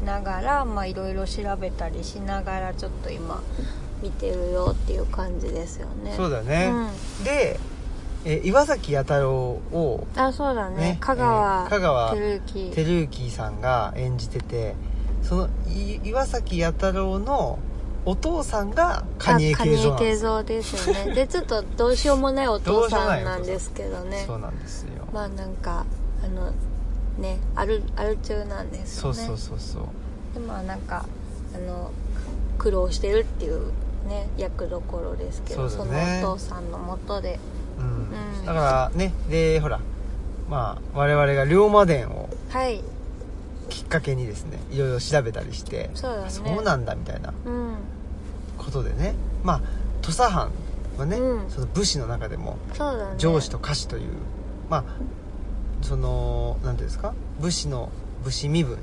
Speaker 2: ながらまあいろいろ調べたりしながらちょっと今見てるよっていう感じですよね
Speaker 1: そうだよね、で、えー岩崎弥太郎を
Speaker 2: うん、あそうだね
Speaker 1: ね
Speaker 2: 香川,、
Speaker 1: えー香川
Speaker 2: 照之
Speaker 1: 照之さんが演じててそのい岩崎弥太郎のお父さんが蟹江
Speaker 2: あ
Speaker 1: 慶三なん
Speaker 2: 蟹
Speaker 1: で
Speaker 2: 江慶
Speaker 1: すよ
Speaker 2: 三です よねでちょっとどうしようもない
Speaker 1: ど
Speaker 2: お父
Speaker 1: うしようも
Speaker 2: さ
Speaker 1: ない
Speaker 2: ん
Speaker 1: お父さん
Speaker 2: なんですけどね
Speaker 1: そうなんですよ、
Speaker 2: まあなんかあのねあるある中なんです
Speaker 1: そ
Speaker 2: よ
Speaker 1: う
Speaker 2: ね
Speaker 1: そうそうそう
Speaker 2: でまあなんかあの苦労してるっていうね役どころですけど
Speaker 1: そうだね
Speaker 2: のお父さんのもとで
Speaker 1: ううん
Speaker 2: うん
Speaker 1: だからねでほらまあ我々が龍馬伝を
Speaker 2: はい
Speaker 1: きっかけにですねいろいろ調べたりして
Speaker 2: そうだね
Speaker 1: そうなんだみたいな
Speaker 2: うん
Speaker 1: ことでねまあ土佐藩はね、
Speaker 2: うん
Speaker 1: その武士の中でも
Speaker 2: そうだね
Speaker 1: 上司と下士という、まあその何ていうんですか武士の武士身分、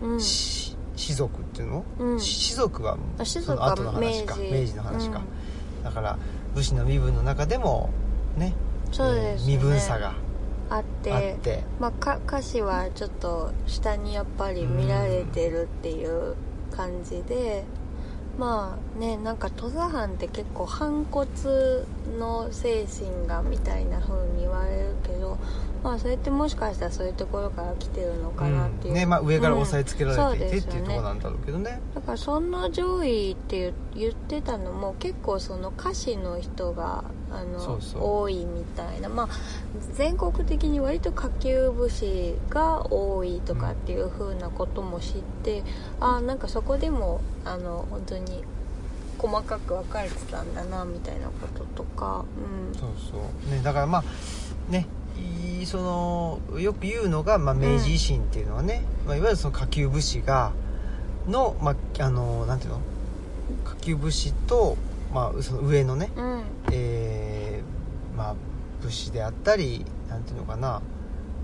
Speaker 2: うん
Speaker 1: 士士族っていうの、
Speaker 2: うん
Speaker 1: 士士族は
Speaker 2: あ士
Speaker 1: そ
Speaker 2: 族
Speaker 1: の
Speaker 2: は
Speaker 1: 後の話か
Speaker 2: 明治
Speaker 1: 明治の話か、だから武士の身分の中でもね
Speaker 2: うんそうです、ね
Speaker 1: 身分差が
Speaker 2: あって
Speaker 1: あって、
Speaker 2: まあ、か歌詞はちょっと下にやっぱり見られてるっていう感じで、まあねなんか土佐藩って結構反骨の精神がみたいな風に言われるけどまあそれってもしかしたらそういうところから来てるのかなっていう、
Speaker 1: うんねまあ、上から押さえつけら
Speaker 2: うん
Speaker 1: れていてっていうところ
Speaker 2: そうですよね
Speaker 1: なんだろうけどね,、
Speaker 2: だからそんな上位って言ってたのも結構その歌詞の人があの
Speaker 1: そうそう
Speaker 2: 多いみたいな、まあ、全国的に割と下級武士が多いとかっていう風なことも知って、ああなんかそこでもあの本当に細かく分かれてたんだなみたいなこととか、うん、
Speaker 1: そうそうねだからまあねいそのよく言うのが、まあ、明治維新っていうのはね、まあ、いわゆるその下級武士がの、まあ、あのなんていうの下級武士と、まあ、その上のね、
Speaker 2: うん、
Speaker 1: えーまあ、武士であったりなんていうのかな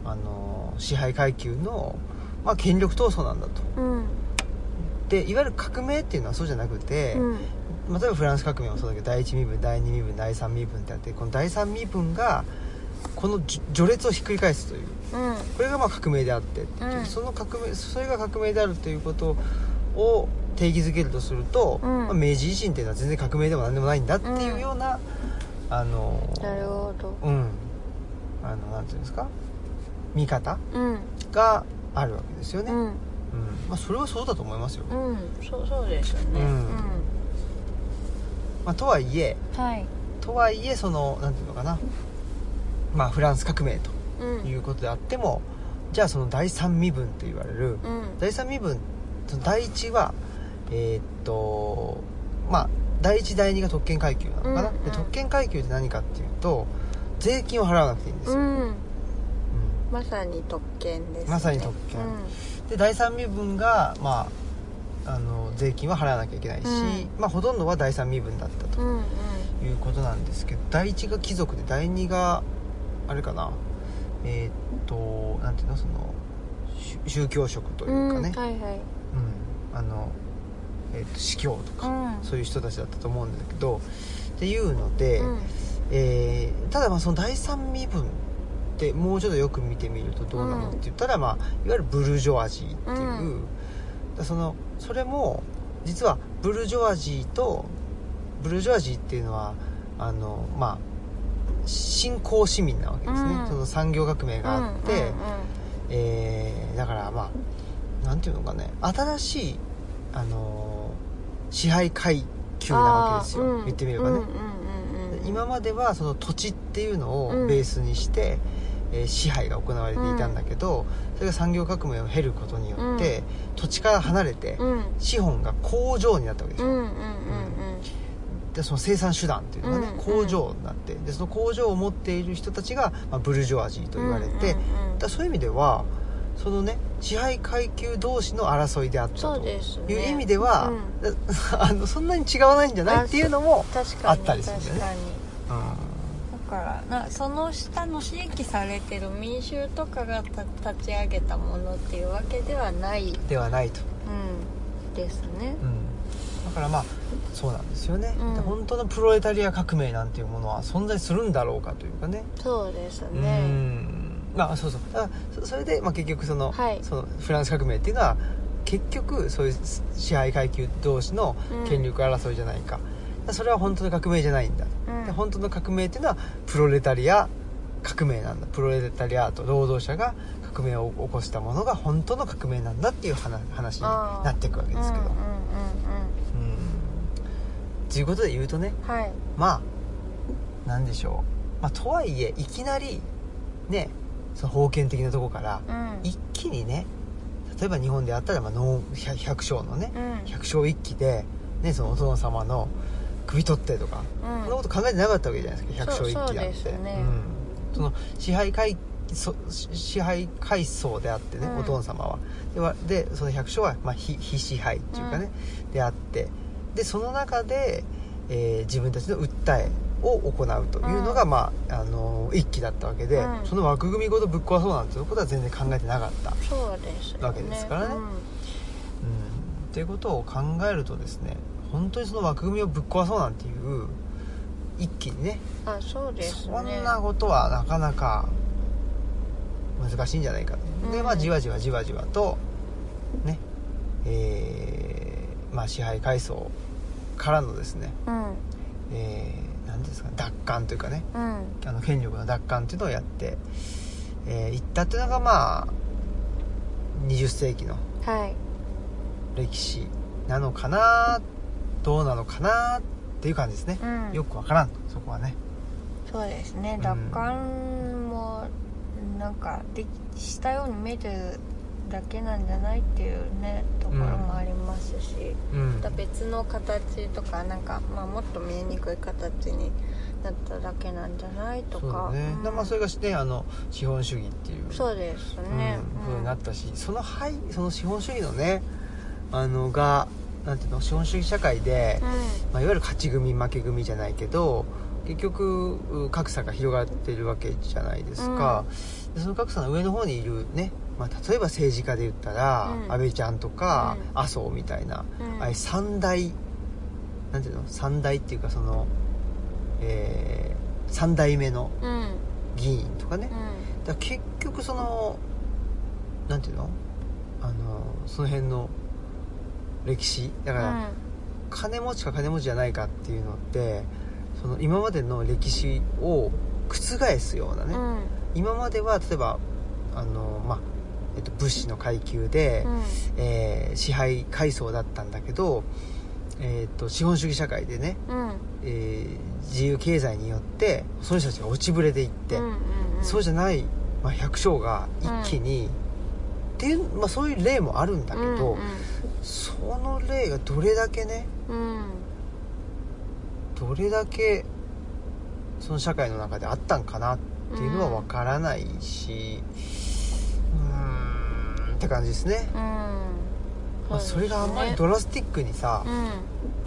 Speaker 1: あの支配階級の、まあ、権力闘争なんだと
Speaker 2: うん、
Speaker 1: でいわゆる革命っていうのはそうじゃなくて、
Speaker 2: うん、
Speaker 1: まあ例えばフランス革命もそうだけど第一身分第二身分第三身分ってあってこの第三身分がこの序序列をひっくり返すという
Speaker 2: うん、
Speaker 1: これがまあ革命であってっていう、
Speaker 2: うん
Speaker 1: その革命それが革命であるということを定義づけるとすると、
Speaker 2: うん
Speaker 1: まあ明治維新っていうのは全然革命でも何でもないんだっていうような、あの
Speaker 2: なるほど、
Speaker 1: うんあのなんていうんですか見方
Speaker 2: うん、
Speaker 1: があるわけですよね、
Speaker 2: う
Speaker 1: うん
Speaker 2: ん、
Speaker 1: まあ、それはそうだと思いますよ、
Speaker 2: うん、そうそうですよね、
Speaker 1: う
Speaker 2: うんん、
Speaker 1: まあ、とはいえ
Speaker 2: はい、
Speaker 1: とはいえそのなんていうのかなまあフランス革命と
Speaker 2: うん、
Speaker 1: いうことであってもじゃあその第三身分と言われる
Speaker 2: うん
Speaker 1: 第三身分その第一はえーっとまあ第一第二が特権階級なのかな、
Speaker 2: うんうん
Speaker 1: で特権階級って何かっていうと税金を払わなくていいんですよ、
Speaker 2: うん、
Speaker 1: う
Speaker 2: まさに特権です、ね、
Speaker 1: まさに特権
Speaker 2: うん
Speaker 1: んで第三身分がまああの税金は払わなきゃいけないし、
Speaker 2: う
Speaker 1: まあほとんどは第三身分だったと
Speaker 2: うんうん
Speaker 1: いうことなんですけど第一が貴族で第二があれかなえーっとなんていうのその宗宗教職というかね、
Speaker 2: うん、はいはい
Speaker 1: うんあの、えーっと司教とか、
Speaker 2: うん
Speaker 1: そういう人たちだったと思うんだけどっていうので、
Speaker 2: うん
Speaker 1: えーただまあその第三身分ってもうちょっとよく見てみるとどうなの
Speaker 2: うん
Speaker 1: って言ったら、まあ、いわゆるブルジョワジーっていう、
Speaker 2: うん
Speaker 1: だそのそれも実はブルジョワジーとブルジョワジーっていうのはあのまあ新興市民なわけですね、
Speaker 2: うん
Speaker 1: その産業革命があって、
Speaker 2: うん
Speaker 1: えーだからまあなんていうのかね新しい、あのー支配階級なわけですよ、
Speaker 2: あーうん
Speaker 1: 言ってみればね、
Speaker 2: うんうんうんうん、
Speaker 1: 今まではその土地っていうの
Speaker 2: う
Speaker 1: を
Speaker 2: ん
Speaker 1: ベースにして、えー支配が行われていたんだけど、それが産業革命を経ることによって、土地から離れて、
Speaker 2: うんうん
Speaker 1: 資本が工場になったわけでし
Speaker 2: う
Speaker 1: ょ、
Speaker 2: んうんうん
Speaker 1: でその生産手段っていうのがね、
Speaker 2: うん
Speaker 1: 工場になってでその工場を持っている人たちが、まあ、ブルジョアジーと言われて、
Speaker 2: うんうんうん
Speaker 1: だからそういう意味ではそのね支配階級同士の争いであった
Speaker 2: そう
Speaker 1: と
Speaker 2: ですね
Speaker 1: いう意味では、 あのそんなに違わないんじゃないっていうのも、
Speaker 2: 確かに
Speaker 1: あったりするんだよね
Speaker 2: 確かに
Speaker 1: うん
Speaker 2: だからなその下の刺激されてる民衆とかがた立ち上げたものっていうわけではない、う
Speaker 1: ではないと、
Speaker 2: ん、ですね
Speaker 1: うん、だからまあそうなんですよね、
Speaker 2: うん
Speaker 1: で本当のプロレタリア革命なんていうものは存在するんだろうかというかね
Speaker 2: そうです
Speaker 1: う
Speaker 2: ね、
Speaker 1: んまあそうそうだからそそれで、まあ、結局その,、
Speaker 2: はい
Speaker 1: そのフランス革命っていうのは結局そういう支配階級同士の権力争いじゃないか、それは本当の革命じゃないんだ、
Speaker 2: うん
Speaker 1: で本当の革命っていうのはプロレタリア革命なんだプロレタリアと労働者が革命を起こしたものが本当の革命なんだっていう話話に
Speaker 2: あー
Speaker 1: なっていくわけですけど
Speaker 2: うんうんうんうん
Speaker 1: うんということで言うとね
Speaker 2: はい
Speaker 1: まあなんでしょう、まあ、とはいえいきなりねその封建的なとこから
Speaker 2: うん
Speaker 1: 一気にね例えば日本であったら、まあ、農百百姓のね
Speaker 2: うん
Speaker 1: 百姓一揆で、ね、そのお殿様の首取ってとか、
Speaker 2: うん
Speaker 1: そんなこと考えてなかったわけじゃないですか百
Speaker 2: そう
Speaker 1: 姓一揆だって
Speaker 2: そうですね
Speaker 1: うん、その支配階そし支配階層であってね、
Speaker 2: うん
Speaker 1: お父様はではでその百姓は、まあ、非非支配っていうかね、であってでその中で、えー自分たちの訴えを行うというのが、
Speaker 2: うん
Speaker 1: まああの一揆だったわけで、
Speaker 2: うん
Speaker 1: その枠組みごとぶっ壊そうなんていうことは全然考えてなかった、うん、
Speaker 2: そうですよね
Speaker 1: わけですからねっていうことを考えるとですね本当にその枠組みをぶっ壊そうなんていう一揆にね
Speaker 2: うんあそうですね
Speaker 1: そんなことはなかなか難しいんじゃないかと、で
Speaker 2: うん
Speaker 1: まあじわじわじわじわとねえーまあ支配階層からのですね
Speaker 2: うん
Speaker 1: えーなんていうんですか奪還というかね
Speaker 2: うん
Speaker 1: あの権力の奪還というのをやってい、えー行ったというのがまあ20世紀の
Speaker 2: はい
Speaker 1: 歴史なのかなどうなのかなっていう感じですね
Speaker 2: う、ん
Speaker 1: よくわからんそこはね
Speaker 2: そうですね
Speaker 1: うん
Speaker 2: 奪還もなんかできしたように見えてるだけなんじゃないっていうねところもありますし、
Speaker 1: うん
Speaker 2: また別の形とかなんか、まあ、もっと見えにくい形になっただけなんじゃないと
Speaker 1: そうだ
Speaker 2: か
Speaker 1: ね、
Speaker 2: ん
Speaker 1: でまあそれがしてあの資本主義っていう
Speaker 2: そうですね、
Speaker 1: うん、
Speaker 2: うん
Speaker 1: ふうになったしその,、はい、その資本主義のねあのがなんていうの資本主義社会で、まあ、いわゆる勝ち組負け組じゃないけど結局う格差が広がってるわけじゃないですか、でその格差の上の方にいるね、まあ、例えば政治家で言ったら、
Speaker 2: うん
Speaker 1: 安倍ちゃんとか、
Speaker 2: う
Speaker 1: 麻生みたいな、
Speaker 2: うん
Speaker 1: ああいう三大なんていうの三大っていうかその、えー、三代目の
Speaker 2: うんうん
Speaker 1: 議員とかね、
Speaker 2: う
Speaker 1: だから結局そのなんていうのあのその辺の歴史だから、
Speaker 2: ん
Speaker 1: 金持ちか金持ちじゃないかっていうのってその今までの歴史を覆すようなね、
Speaker 2: うん
Speaker 1: 今までは例えばあの、まあえっと、物資の階級で、
Speaker 2: うん
Speaker 1: えー支配階層だったんだけど、えっと資本主義社会でね、
Speaker 2: うん
Speaker 1: えー自由経済によってその人たちが落ちぶれていって、
Speaker 2: うんうん
Speaker 1: そうじゃない、まあ、百姓が一気に、っていう、まあ、そういう例もあるんだけど、その例がどれだけね
Speaker 2: うんうん
Speaker 1: どれだけその社会の中であったんかなっていうのは分からないしうーんって感じですね、
Speaker 2: うん、
Speaker 1: まあ、それがあんまりドラスティックにさ、
Speaker 2: うん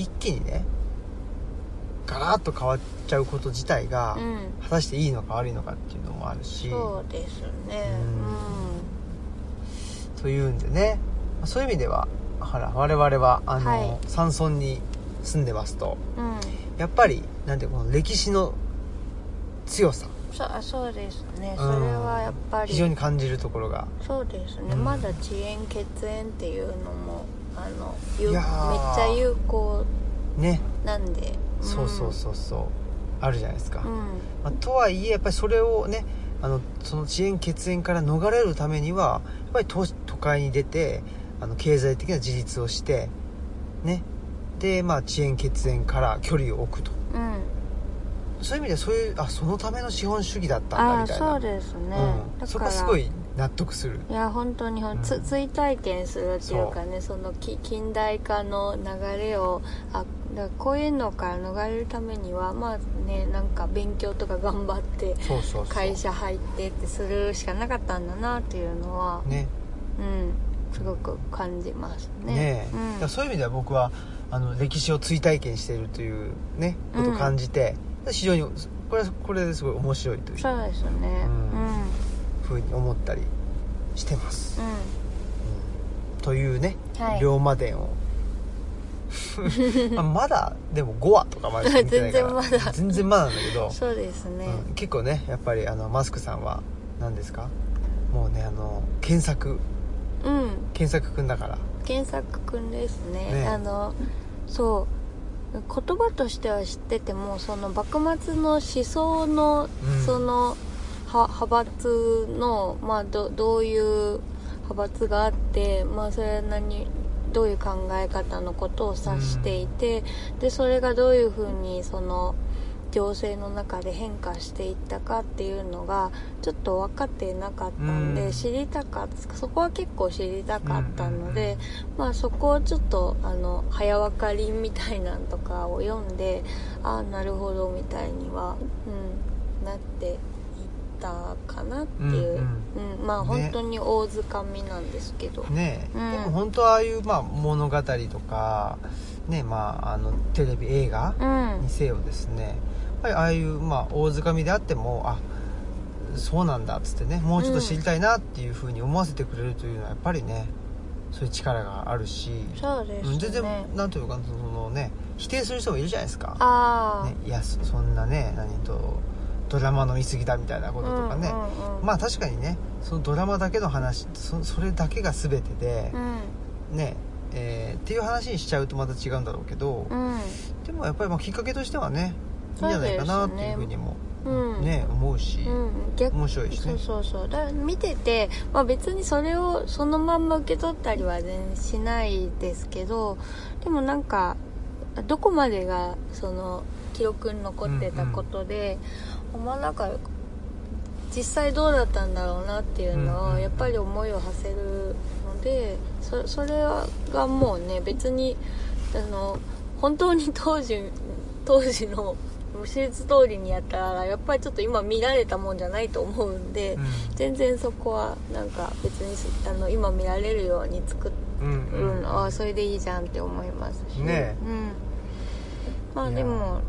Speaker 1: 一気にねガラッと変わっちゃうこと自体が、
Speaker 2: うん
Speaker 1: 果たしていいのか悪いのかっていうのもあるし
Speaker 2: そうですね
Speaker 1: というんでねまあそういう意味ではほら我々はあの、
Speaker 2: はい
Speaker 1: 山村に住んでますと
Speaker 2: うん、うん、
Speaker 1: やっぱりなんていうのこの歴史の強さ
Speaker 2: そあそうですね
Speaker 1: ん
Speaker 2: それはやっぱり
Speaker 1: 非常に感じるところが
Speaker 2: そうですね、
Speaker 1: うん
Speaker 2: まだ遅延血縁っていうのもあの有
Speaker 1: い
Speaker 2: め
Speaker 1: や
Speaker 2: っち
Speaker 1: ー
Speaker 2: ゃ有効
Speaker 1: ね、
Speaker 2: なんで、ん
Speaker 1: そうそうそうそうあるじゃないですか、
Speaker 2: うん
Speaker 1: まあとはいえやっぱりそれをねあのその遅延血縁から逃れるためにはやっぱり都都会に出てあの経済的な自立をしてねでまあ遅延血縁から距離を置くと
Speaker 2: うん
Speaker 1: そういう意味ではそういうあそのための資本主義だったんだ
Speaker 2: ああ
Speaker 1: みたいな
Speaker 2: そうですね、
Speaker 1: うん、
Speaker 2: だ
Speaker 1: そ
Speaker 2: か
Speaker 1: こ
Speaker 2: ら
Speaker 1: はすごい納得する
Speaker 2: いや本当にほん
Speaker 1: うん
Speaker 2: つ追体験するっていうかねそのき近代化の流れをあだからこういうのから逃れるためにはまあねなんか勉強とか頑張って
Speaker 1: そうそうそう
Speaker 2: 会社入ってってするしかなかったんだなっていうのは、
Speaker 1: ね
Speaker 2: うんすごく感じますね
Speaker 1: ねえ、
Speaker 2: う
Speaker 1: だ
Speaker 2: ん
Speaker 1: からそういう意味では僕はあの歴史を追体験しているというねことを感じて、非常にこれはこれですごい面白いという
Speaker 2: そうですね
Speaker 1: うん
Speaker 2: うん、うん
Speaker 1: ふうに思ったりしてます、うんというね、
Speaker 2: はい
Speaker 1: 龍馬伝 をまあまだでも5話とかまでしか見てないから
Speaker 2: 全然まだ
Speaker 1: 全然まだなんだけど
Speaker 2: そうですね、
Speaker 1: うん結構ねやっぱりあのマスクさんは何ですかもうねあの検索
Speaker 2: うん、
Speaker 1: 検索くんだから
Speaker 2: 検索くんですね
Speaker 1: ね
Speaker 2: あのそう言葉としては知っててもその幕末の思想の、
Speaker 1: うん
Speaker 2: そのは派閥の、まあ、どどういう派閥があって、まあ、それは何どういう考え方のことを指していて、でそれがどういうふうにその状情勢の中で変化していったかっていうのがちょっと分かってなかったんで、
Speaker 1: うん
Speaker 2: 知りたかったそこは結構知りたかったので、
Speaker 1: うんうん
Speaker 2: まあ、そこをちょっとあの早分かりみたいなんとかを読んでああなるほどみたいには、うん、なっていったかなっていう、
Speaker 1: う
Speaker 2: うんんまあ
Speaker 1: ね
Speaker 2: 本当に大づかみなんですけど。
Speaker 1: ねえ、
Speaker 2: うん
Speaker 1: でも本当はああいう、まあ、物語とか、ねまあ、あのテレビ映画
Speaker 2: うん
Speaker 1: にせよですねやっぱりああいう、まあ、大づかみであってもあそうなんだっつってねもうちょっと知りたいなっていうふうに思わせてくれるというのはやっぱりねそういう力があるし、
Speaker 2: そうですね
Speaker 1: 全然なんというかそのね否定する人もいるじゃないですか、
Speaker 2: ああ、
Speaker 1: ね、いやそそんなね何とドラマの見過ぎだみたいなこととかね、
Speaker 2: うんうんうん
Speaker 1: まあ確かにねそのドラマだけの話そそれだけが全てで
Speaker 2: う、ん
Speaker 1: ねえーっていう話にしちゃうとまた違うんだろうけど、
Speaker 2: うん
Speaker 1: でもやっぱりまあきっかけとしてはねいいんじゃないかなっていうふうにも
Speaker 2: そうですねうん
Speaker 1: ね思うし、
Speaker 2: うん、逆
Speaker 1: 面白いし
Speaker 2: そ
Speaker 1: ね
Speaker 2: うそうそうだから見てて、まあ、別にそれをそのまんま受け取ったりは全然しないですけどでもなんかどこまでがその記録に残ってたことで、まあなんか実際どうだったんだろうなっていう
Speaker 1: うん
Speaker 2: の
Speaker 1: うん
Speaker 2: を
Speaker 1: うん
Speaker 2: やっぱり思いを馳せるのでそそれがもうね別にあの本当に当時 当時の手術通りにやったらやっぱりちょっと今見られたもんじゃないと思うんで、全然そこはなんか別にしあの今見られるように作
Speaker 1: うんうん
Speaker 2: るのはそれでいいじゃんって思いますし
Speaker 1: ねえ
Speaker 2: うん、まあ
Speaker 1: いや
Speaker 2: でも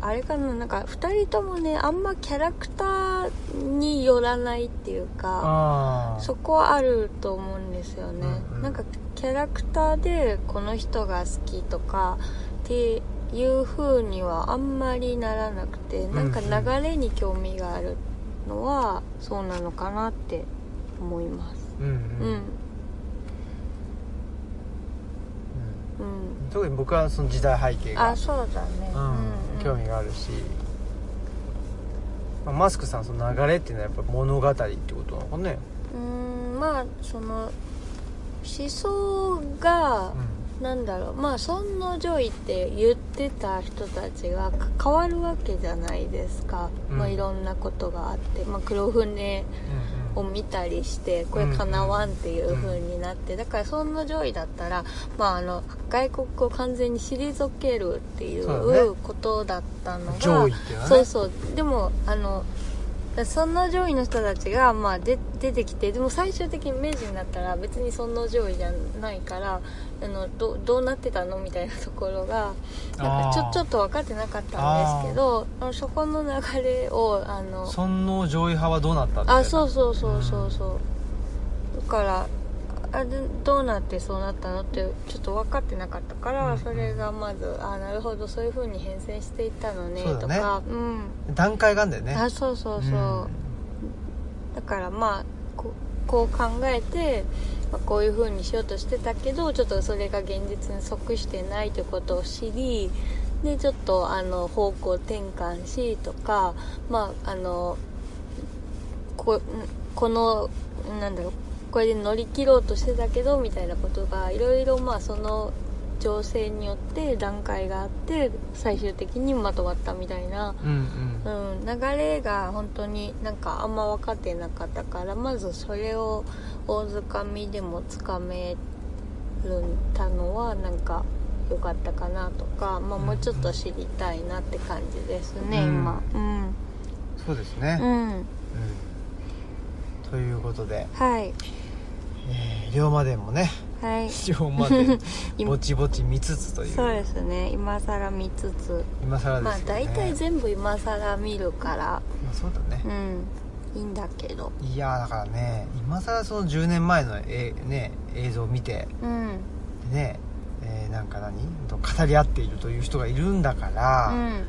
Speaker 2: あれかななんか2人ともねあんまキャラクターによらないっていうか
Speaker 1: ああ
Speaker 2: そこはあると思うんですよね、
Speaker 1: うんうん
Speaker 2: なんかキャラクターでこの人が好きとかっていう風にはあんまりならなくてなんか流れに興味があるのはそうなのかなって思います
Speaker 1: うんうん
Speaker 2: うん
Speaker 1: う
Speaker 2: うんん
Speaker 1: 特に僕はその時代背景が
Speaker 2: あそうだね
Speaker 1: うん興味があるし、まあ、マスクさんその流れっていうのはやっぱ物語ってことなのかね、
Speaker 2: うーんまあその思想が、なんだろうまあ尊の上位って言ってた人たちがか変わるわけじゃないですか、
Speaker 1: うん
Speaker 2: まあ、いろんなことがあって、まあ、黒船を見たりしてこれかなわんっていう風になってだから尊の上位だったら、まあ、あの外国を完全に退けるってい
Speaker 1: そうだね
Speaker 2: うことだったのが
Speaker 1: 上位っていうのはね
Speaker 2: そうそうでもあの尊の上位の人たちが、まあ、で出てきてでも最終的に明治になったら別に尊の上位じゃないからあのどどうなってたのみたいなところがなんかち
Speaker 1: あー
Speaker 2: ょちょっと分かってなかったんですけどあのそこの流れをあの
Speaker 1: 尊王上位派はどうなったん
Speaker 2: あそうそうそうそうそう、だからあでどうなってそうなったのってちょっと分かってなかったから、
Speaker 1: うん
Speaker 2: それがまずあなるほどそういう風に変遷していったのね
Speaker 1: そうだ
Speaker 2: と
Speaker 1: ね
Speaker 2: かうん
Speaker 1: 段階があんだよね
Speaker 2: あそうそうそう、だからまあここう考えて、まあ、こういう風にしようとしてたけどちょっとそれが現実に即してないということを知りでちょっとあの方向転換しとかまああのこんこのなんだろうこれで乗り切ろうとしてたけどみたいなことがいろいろまあその情勢によって段階があって最終的にまとまったみたいな
Speaker 1: うんうん
Speaker 2: うん、流れが本当になんかあんま分かってなかったからまずそれを大づかみでもつかめたのはなんか良かったかなとか、まあ、もうちょっと知りたいなって感じですね、
Speaker 1: うん
Speaker 2: 今うん
Speaker 1: そうですね、
Speaker 2: う
Speaker 1: うん
Speaker 2: ん
Speaker 1: ということで、
Speaker 2: はい
Speaker 1: えー、龍馬伝もね
Speaker 2: はい
Speaker 1: 龍馬 伝
Speaker 2: 今
Speaker 1: ぼちぼち見つつという
Speaker 2: そうですね今更見つつ、
Speaker 1: 今更で
Speaker 2: まあ
Speaker 1: すけど、ね
Speaker 2: 大体全部今更見るから
Speaker 1: まあそうだね
Speaker 2: う、んいいんだけど
Speaker 1: いやーだからね今更その10年前の、えね、映像を見て
Speaker 2: うん
Speaker 1: ねえーなんか何と語り合っているという人がいるんだか
Speaker 2: う
Speaker 1: ら、
Speaker 2: ん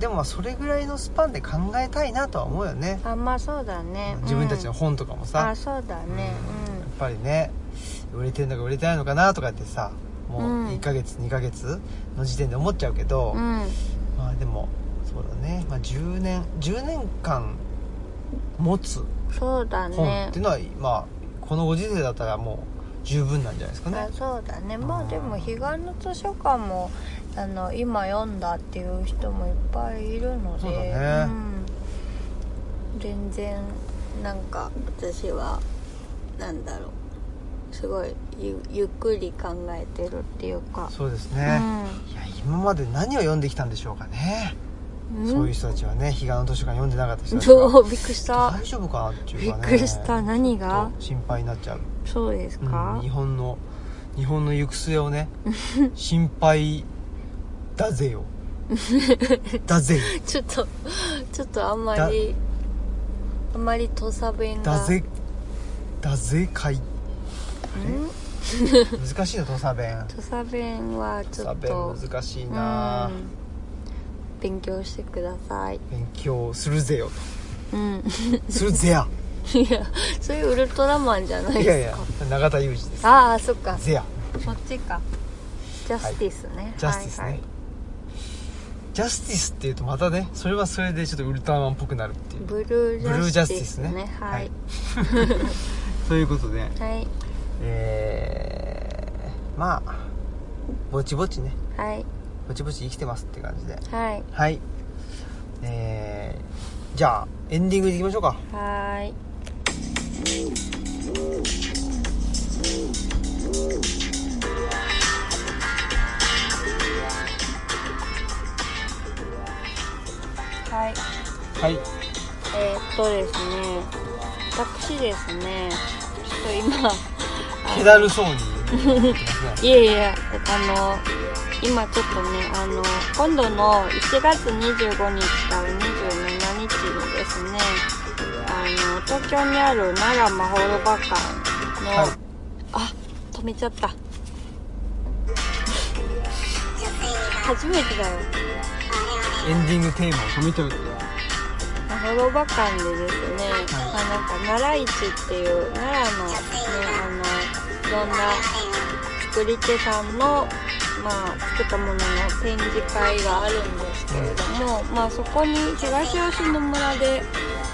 Speaker 1: でもまあそれぐらいのスパンで考えたいなとは思うよね、
Speaker 2: あんまあそうだね
Speaker 1: 自分たちの
Speaker 2: うん
Speaker 1: 本とかもさ、
Speaker 2: あそうだね
Speaker 1: うんやっぱりね売れてるのか売れてないのかなとかってさもう
Speaker 2: うん
Speaker 1: 1ヶ月、2ヶ月の時点で思っちゃうけど、
Speaker 2: うん、うん
Speaker 1: まあでもそうだね、まあ、10年10年間持つ
Speaker 2: そうだ
Speaker 1: 本
Speaker 2: ね
Speaker 1: っていうのは、まあこのご時世だったらもう十分なんじゃないですか
Speaker 2: あ
Speaker 1: ね
Speaker 2: そうだねまあでも彼岸の図書館もあの今読んだっていう人もいっぱいいるので
Speaker 1: そうだね
Speaker 2: うん、全然なんか私はなんだろうすごいゆゆっくり考えてるっていうか
Speaker 1: そうです
Speaker 2: う
Speaker 1: ね、いや今まで何を読んできたんでしょうかね、
Speaker 2: ん
Speaker 1: そういう人たちはね彼岸の図書館読んでなかった 人たち
Speaker 2: そ
Speaker 1: は
Speaker 2: うびっくりした
Speaker 1: 大丈夫かなってい
Speaker 2: び
Speaker 1: う
Speaker 2: っ
Speaker 1: かね
Speaker 2: くりした何
Speaker 1: ちょ
Speaker 2: が
Speaker 1: っと心配になっちゃう、
Speaker 2: そうです
Speaker 1: うん
Speaker 2: か、
Speaker 1: 日本の日本の行く末を ね心配だぜよだ ぜよ
Speaker 2: ちょっとちょっとあんまりあんまり土佐弁が
Speaker 1: だぜだぜかい
Speaker 2: うん
Speaker 1: 難しいな土佐弁
Speaker 2: 土佐弁は
Speaker 1: 土
Speaker 2: ちょ
Speaker 1: 佐
Speaker 2: っ
Speaker 1: 弁
Speaker 2: と
Speaker 1: 難しいな
Speaker 2: うん勉強してください
Speaker 1: 勉強するぜよ
Speaker 2: うん
Speaker 1: するぜや
Speaker 2: いやそれウルトラマンじゃないですか
Speaker 1: いやいや永田裕二です
Speaker 2: ああそっか
Speaker 1: ぜや
Speaker 2: そっちかジャスティスね、
Speaker 1: ジャスティスね、
Speaker 2: はいはい
Speaker 1: ジャスティスっていうとまたねそれはそれでちょっとウルトラマンっぽくなるっていう
Speaker 2: ブル
Speaker 1: ブル
Speaker 2: ー
Speaker 1: ー
Speaker 2: ジ
Speaker 1: ジャス
Speaker 2: ャス
Speaker 1: テ
Speaker 2: テ
Speaker 1: ィ
Speaker 2: ィ
Speaker 1: ス
Speaker 2: ス
Speaker 1: ね
Speaker 2: ねはい
Speaker 1: ということで
Speaker 2: はい
Speaker 1: えー、まあぼちぼちね
Speaker 2: はい
Speaker 1: ぼちぼち生きてますって感じで
Speaker 2: はい
Speaker 1: はいえー、じゃあエンディングでいきましょうか
Speaker 2: はいはい
Speaker 1: はい
Speaker 2: えーっとですね私ですねちょっと今
Speaker 1: 気だるそうに 言ってますね
Speaker 2: いえいえあの今ちょっとねあの今度の1月25日から27日にですねあの東京にある奈良まほろば館の、
Speaker 1: はい
Speaker 2: あ止めちゃった初めてだよ
Speaker 1: エンディングテーマを止めちゃうっていう
Speaker 2: まほろば館でですね、まあ、なんか奈良市っていう奈良のねあのいろんな作り手さんの、まあ、作ったものの展示会があるんですけれども、まあ、そこに東吉野村で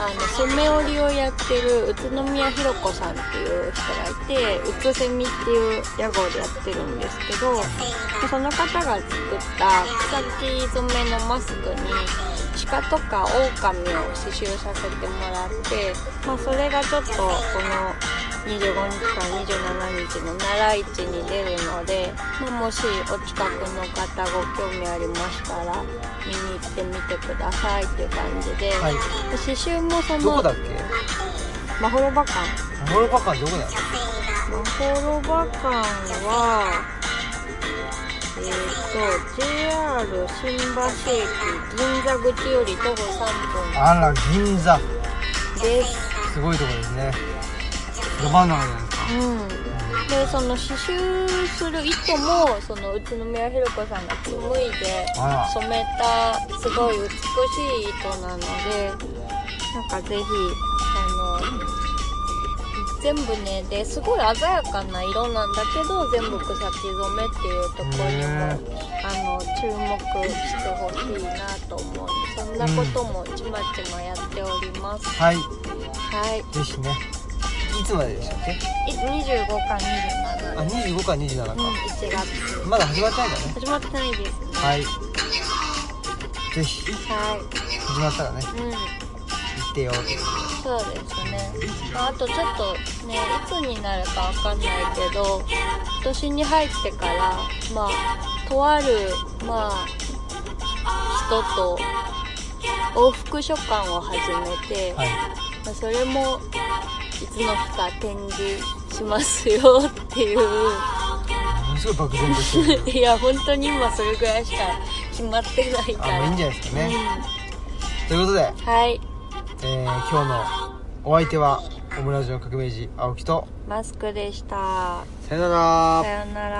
Speaker 2: あの染め織りをやってる宇都宮ひろ子さんっていう人がいて「うつせみ」っていう屋号でやってるんですけどその方が作った草木染めのマスクに鹿とか狼を刺繍させてもらって、まあ、それがちょっとこの25日から27日の奈良市に出るので、まあ、もしお近くの方ご興味ありましたら見に行ってみてくださいっていう感じで、
Speaker 1: はい
Speaker 2: 刺繍もそ
Speaker 1: どこ
Speaker 2: の
Speaker 1: だっけ
Speaker 2: まほろば館
Speaker 1: モロパカンどこだよ
Speaker 2: まほろば館はえっ、と JR 新橋駅銀座口より徒歩3分
Speaker 1: あら銀座
Speaker 2: です
Speaker 1: すごいとこですねど真ん中じゃないですか
Speaker 2: うんでその刺繍する糸もその宇都宮ひろ子さんが紡いで
Speaker 1: あら
Speaker 2: 染めたすごい美しい糸なのでなんかぜひあの全部ねですごい鮮やかな色なんだけど全部草木染めっていうところに
Speaker 1: へ
Speaker 2: もあの注目してほしいなと思うそんなこともちまちまやっております、
Speaker 1: はい
Speaker 2: はい
Speaker 1: ぜひねいつまででしたっけ
Speaker 2: い25か27
Speaker 1: あ25か27か、
Speaker 2: うん、1月
Speaker 1: まだ始まってないんだね
Speaker 2: 始まってないですね
Speaker 1: はいぜひ
Speaker 2: は
Speaker 1: 始まったらね
Speaker 2: い、うん、
Speaker 1: 行ってよって
Speaker 2: そうですねああとちょっとねいつになるかわかんないけど今年に入ってからまあとあるまあ人と往復書館を始めて、
Speaker 1: はい
Speaker 2: まあそれもいつの日か展示しますよっていう
Speaker 1: ものすごい漠然としてる
Speaker 2: いや本当に今それぐらいしか決まってないか
Speaker 1: あもう
Speaker 2: ら
Speaker 1: いいんじゃないですかね、ということで、
Speaker 2: うん、はい
Speaker 1: えー今日のお相手はオムラジオ革命児青木と
Speaker 2: マスクでした。
Speaker 1: さよなら
Speaker 2: さようなら。